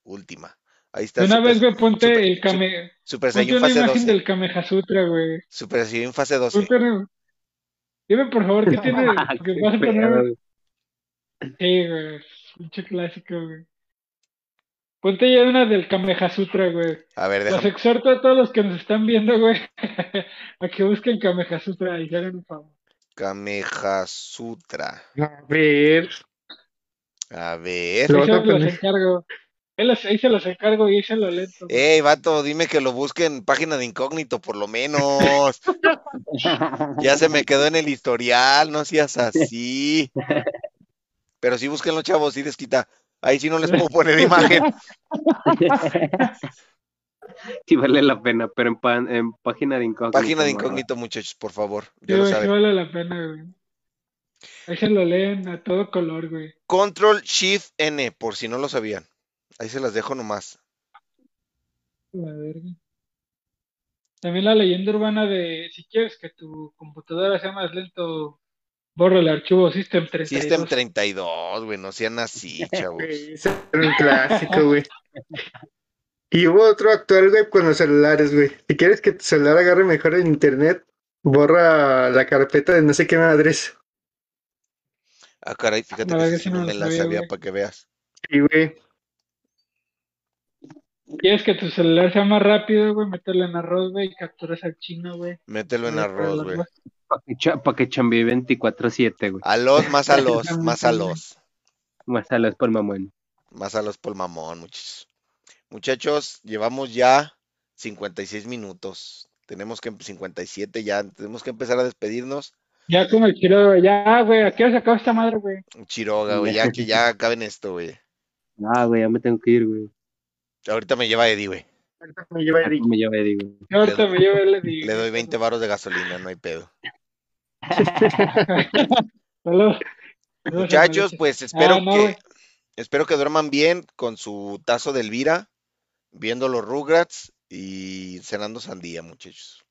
[SPEAKER 5] última. Ahí está.
[SPEAKER 7] de una
[SPEAKER 5] Super-
[SPEAKER 7] vez, güey, ponte
[SPEAKER 5] Super-
[SPEAKER 7] el Kame.
[SPEAKER 5] Super
[SPEAKER 7] Ponte
[SPEAKER 5] Saiyan
[SPEAKER 7] una
[SPEAKER 5] fase
[SPEAKER 7] imagen
[SPEAKER 5] 12.
[SPEAKER 7] del Kamehasutra, güey.
[SPEAKER 5] Super Saiyan fase 12.
[SPEAKER 7] Ponte una- Dime, por favor, ¿qué tiene?
[SPEAKER 2] Ah,
[SPEAKER 7] ¿Qué
[SPEAKER 2] qué
[SPEAKER 7] pasa con
[SPEAKER 2] pedo,
[SPEAKER 7] el-
[SPEAKER 2] güey.
[SPEAKER 7] Sí, güey. Pinche clásico, güey. Ponte ya una del Kamehasutra, güey.
[SPEAKER 5] A ver,
[SPEAKER 7] Los
[SPEAKER 5] déjame.
[SPEAKER 7] exhorto a todos los que nos están viendo, güey, a que busquen Kamehasutra y se hagan un favor.
[SPEAKER 5] Kameha Sutra.
[SPEAKER 8] A ver.
[SPEAKER 5] A ver.
[SPEAKER 8] Lo vas
[SPEAKER 7] Ahí se
[SPEAKER 8] a
[SPEAKER 7] los
[SPEAKER 8] poner.
[SPEAKER 7] encargo. Ahí, los- ahí se los encargo y ahí se lo lento. güey.
[SPEAKER 5] Ey, vato, dime que lo busque en página de incógnito, por lo menos. Ya se me quedó en el historial, no seas así. Pero sí búsquenlo, chavos, sí les quita. Ahí sí no les puedo poner imagen.
[SPEAKER 2] Sí vale la pena, pero en, pan- en página de incógnito.
[SPEAKER 5] Página de
[SPEAKER 2] morra.
[SPEAKER 5] incógnito, muchachos, por favor.
[SPEAKER 7] Sí,
[SPEAKER 5] Ya lo
[SPEAKER 7] güey, sí
[SPEAKER 5] saben.
[SPEAKER 7] vale la pena, güey. Ahí se lo leen a todo color, güey.
[SPEAKER 5] Control Shift N, por si no lo sabían. Ahí se las dejo nomás.
[SPEAKER 7] La verga. También la leyenda urbana de si quieres que tu computadora sea más lento, borra el archivo System 32.
[SPEAKER 5] System 32, güey, no sean así, chavos.
[SPEAKER 8] Güey, Ese era un clásico, güey. Y hubo otro actual, güey, con los celulares, güey. Si quieres que tu celular agarre mejor en internet, borra la carpeta de no sé qué madres.
[SPEAKER 5] Ah, caray, fíjate
[SPEAKER 7] La
[SPEAKER 5] que
[SPEAKER 7] verdad
[SPEAKER 5] esa
[SPEAKER 7] que
[SPEAKER 5] sí
[SPEAKER 7] no
[SPEAKER 5] no
[SPEAKER 7] lo
[SPEAKER 5] me la
[SPEAKER 7] sabía,
[SPEAKER 5] sabía
[SPEAKER 7] güey.
[SPEAKER 5] para que veas.
[SPEAKER 8] Sí, güey.
[SPEAKER 7] ¿Quieres que tu celular sea más rápido, güey? Mételo en arroz, güey, y capturas al chino, güey.
[SPEAKER 5] Mételo en
[SPEAKER 7] Para- para
[SPEAKER 5] arroz,
[SPEAKER 7] los
[SPEAKER 5] güey.
[SPEAKER 7] más-
[SPEAKER 2] Pa' que, cha- pa' que chambee 24-7, güey.
[SPEAKER 5] A los, más a los, más a los.
[SPEAKER 2] Más a los por mamón.
[SPEAKER 5] Más a los por mamón, muchachos. Muchachos, llevamos ya 56 minutos. Tenemos que 57 ya, tenemos que empezar a despedirnos.
[SPEAKER 7] Ya como el quiero, ya, güey, ¿a qué hora se acaba esta madre, güey?
[SPEAKER 5] Chiroga, güey, ya que ya acaben esto, güey.
[SPEAKER 2] Ah, güey, ya me tengo que ir, güey.
[SPEAKER 5] Ahorita me lleva Eddie, güey.
[SPEAKER 8] Ahorita me lleva Eric.
[SPEAKER 2] Me llevé, digo.
[SPEAKER 7] Yo ahorita
[SPEAKER 5] Le-
[SPEAKER 7] me llevo el
[SPEAKER 5] Le doy 20 varos de gasolina, no hay pedo.
[SPEAKER 7] Saludos. Saludos,
[SPEAKER 5] Muchachos,
[SPEAKER 7] hermanitos.
[SPEAKER 5] pues espero
[SPEAKER 7] Ah, no,
[SPEAKER 5] que
[SPEAKER 7] güey.
[SPEAKER 5] espero que duerman bien con su tazo de Elvira, viendo los Rugrats y cenando sandía, muchachos.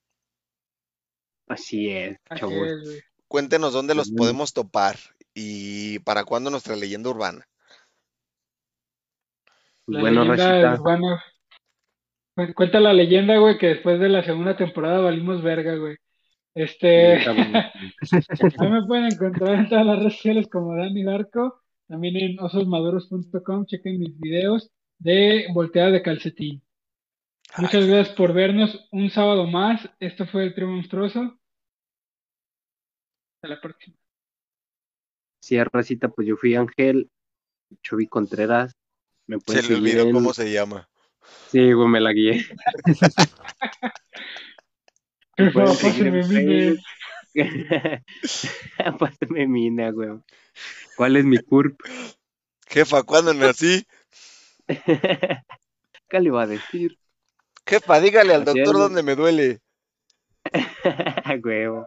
[SPEAKER 2] Así es,
[SPEAKER 7] Así
[SPEAKER 2] chavos.
[SPEAKER 7] es, güey.
[SPEAKER 5] Cuéntenos dónde los
[SPEAKER 2] Ujú.
[SPEAKER 5] podemos topar y para cuándo nuestra leyenda urbana.
[SPEAKER 7] La
[SPEAKER 2] Bueno,
[SPEAKER 7] leyenda
[SPEAKER 2] Rachita.
[SPEAKER 7] urbana. Cu- Cuenta la leyenda, güey, que después de la segunda temporada valimos verga, güey. Este,
[SPEAKER 2] Sí, cabrón.
[SPEAKER 7] ahí me pueden encontrar en todas las redes sociales como Dani Darko, también en ososmaduros.com, chequen mis videos de volteada de calcetín. Muchas gracias por vernos un sábado más. Esto fue el trío monstruoso. Hasta la próxima.
[SPEAKER 2] Sí, Racita, pues yo fui Ángel, Chubi Contreras. Me
[SPEAKER 5] Se
[SPEAKER 2] pueden
[SPEAKER 5] le
[SPEAKER 2] seguir
[SPEAKER 5] olvidó
[SPEAKER 2] en-
[SPEAKER 5] cómo se llama.
[SPEAKER 2] Sí, güey, me la guié. Pueden
[SPEAKER 7] Por favor,
[SPEAKER 2] seguir en
[SPEAKER 7] pásenme mi mail.
[SPEAKER 2] Facebook. Pásame mina, güey. ¿Cuál es mi curp?
[SPEAKER 5] Jefa, ¿cuándo nací?
[SPEAKER 2] ¿Qué le iba a decir?
[SPEAKER 5] Jefa, dígale al
[SPEAKER 2] Así es,
[SPEAKER 5] doctor
[SPEAKER 2] güey.
[SPEAKER 5] dónde me duele.
[SPEAKER 2] Ah, Güey, güey.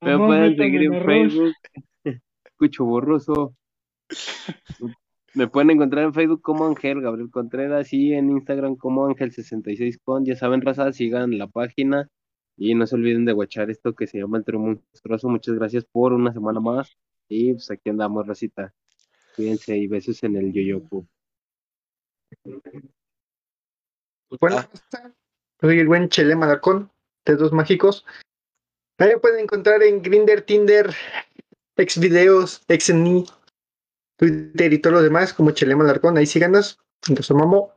[SPEAKER 2] Me
[SPEAKER 7] Amor,
[SPEAKER 2] pueden
[SPEAKER 7] métame
[SPEAKER 2] seguir
[SPEAKER 7] en
[SPEAKER 2] en
[SPEAKER 7] arroz.
[SPEAKER 2] Facebook. Escucho borroso. Me pueden encontrar en Facebook como Ángel Gabriel Contreras y en Instagram como Ángel66con. Ya saben, raza, sigan la página y no se olviden de guachar esto que se llama El Trío Monstruoso. Muchas gracias por una semana más y pues aquí andamos, racita. Cuídense y besos en el yoyoku.
[SPEAKER 8] Bueno,
[SPEAKER 5] Ah.
[SPEAKER 8] está. soy el buen Chele Malacón, dedos mágicos. Ahí me pueden encontrar en Grinder, Tinder, Xvideos, XNI, Twitter y todo lo demás como Chele Malarcón. Ahí síganos. Los amamos.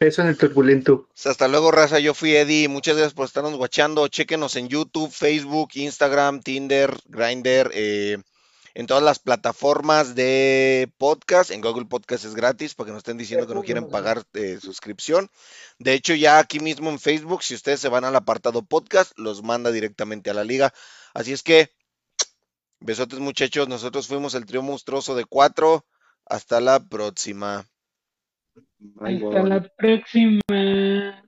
[SPEAKER 8] Eso en el turbulento.
[SPEAKER 5] Pues Hasta luego, raza. Yo fui Eddie. Muchas gracias por estarnos guachando. Chéquenos en YouTube, Facebook, Instagram, Tinder, Grindr, eh, en todas las plataformas de podcast. En Google Podcast es gratis para que no estén diciendo que no quieren pagar eh, suscripción. De hecho, ya aquí mismo en Facebook, si ustedes se van al apartado podcast, los manda directamente a la liga. Así es que, besotes, muchachos. Nosotros fuimos el trío monstruoso de cuatro. Hasta la próxima.
[SPEAKER 2] Bye,
[SPEAKER 7] Hasta
[SPEAKER 2] bye.
[SPEAKER 7] la próxima.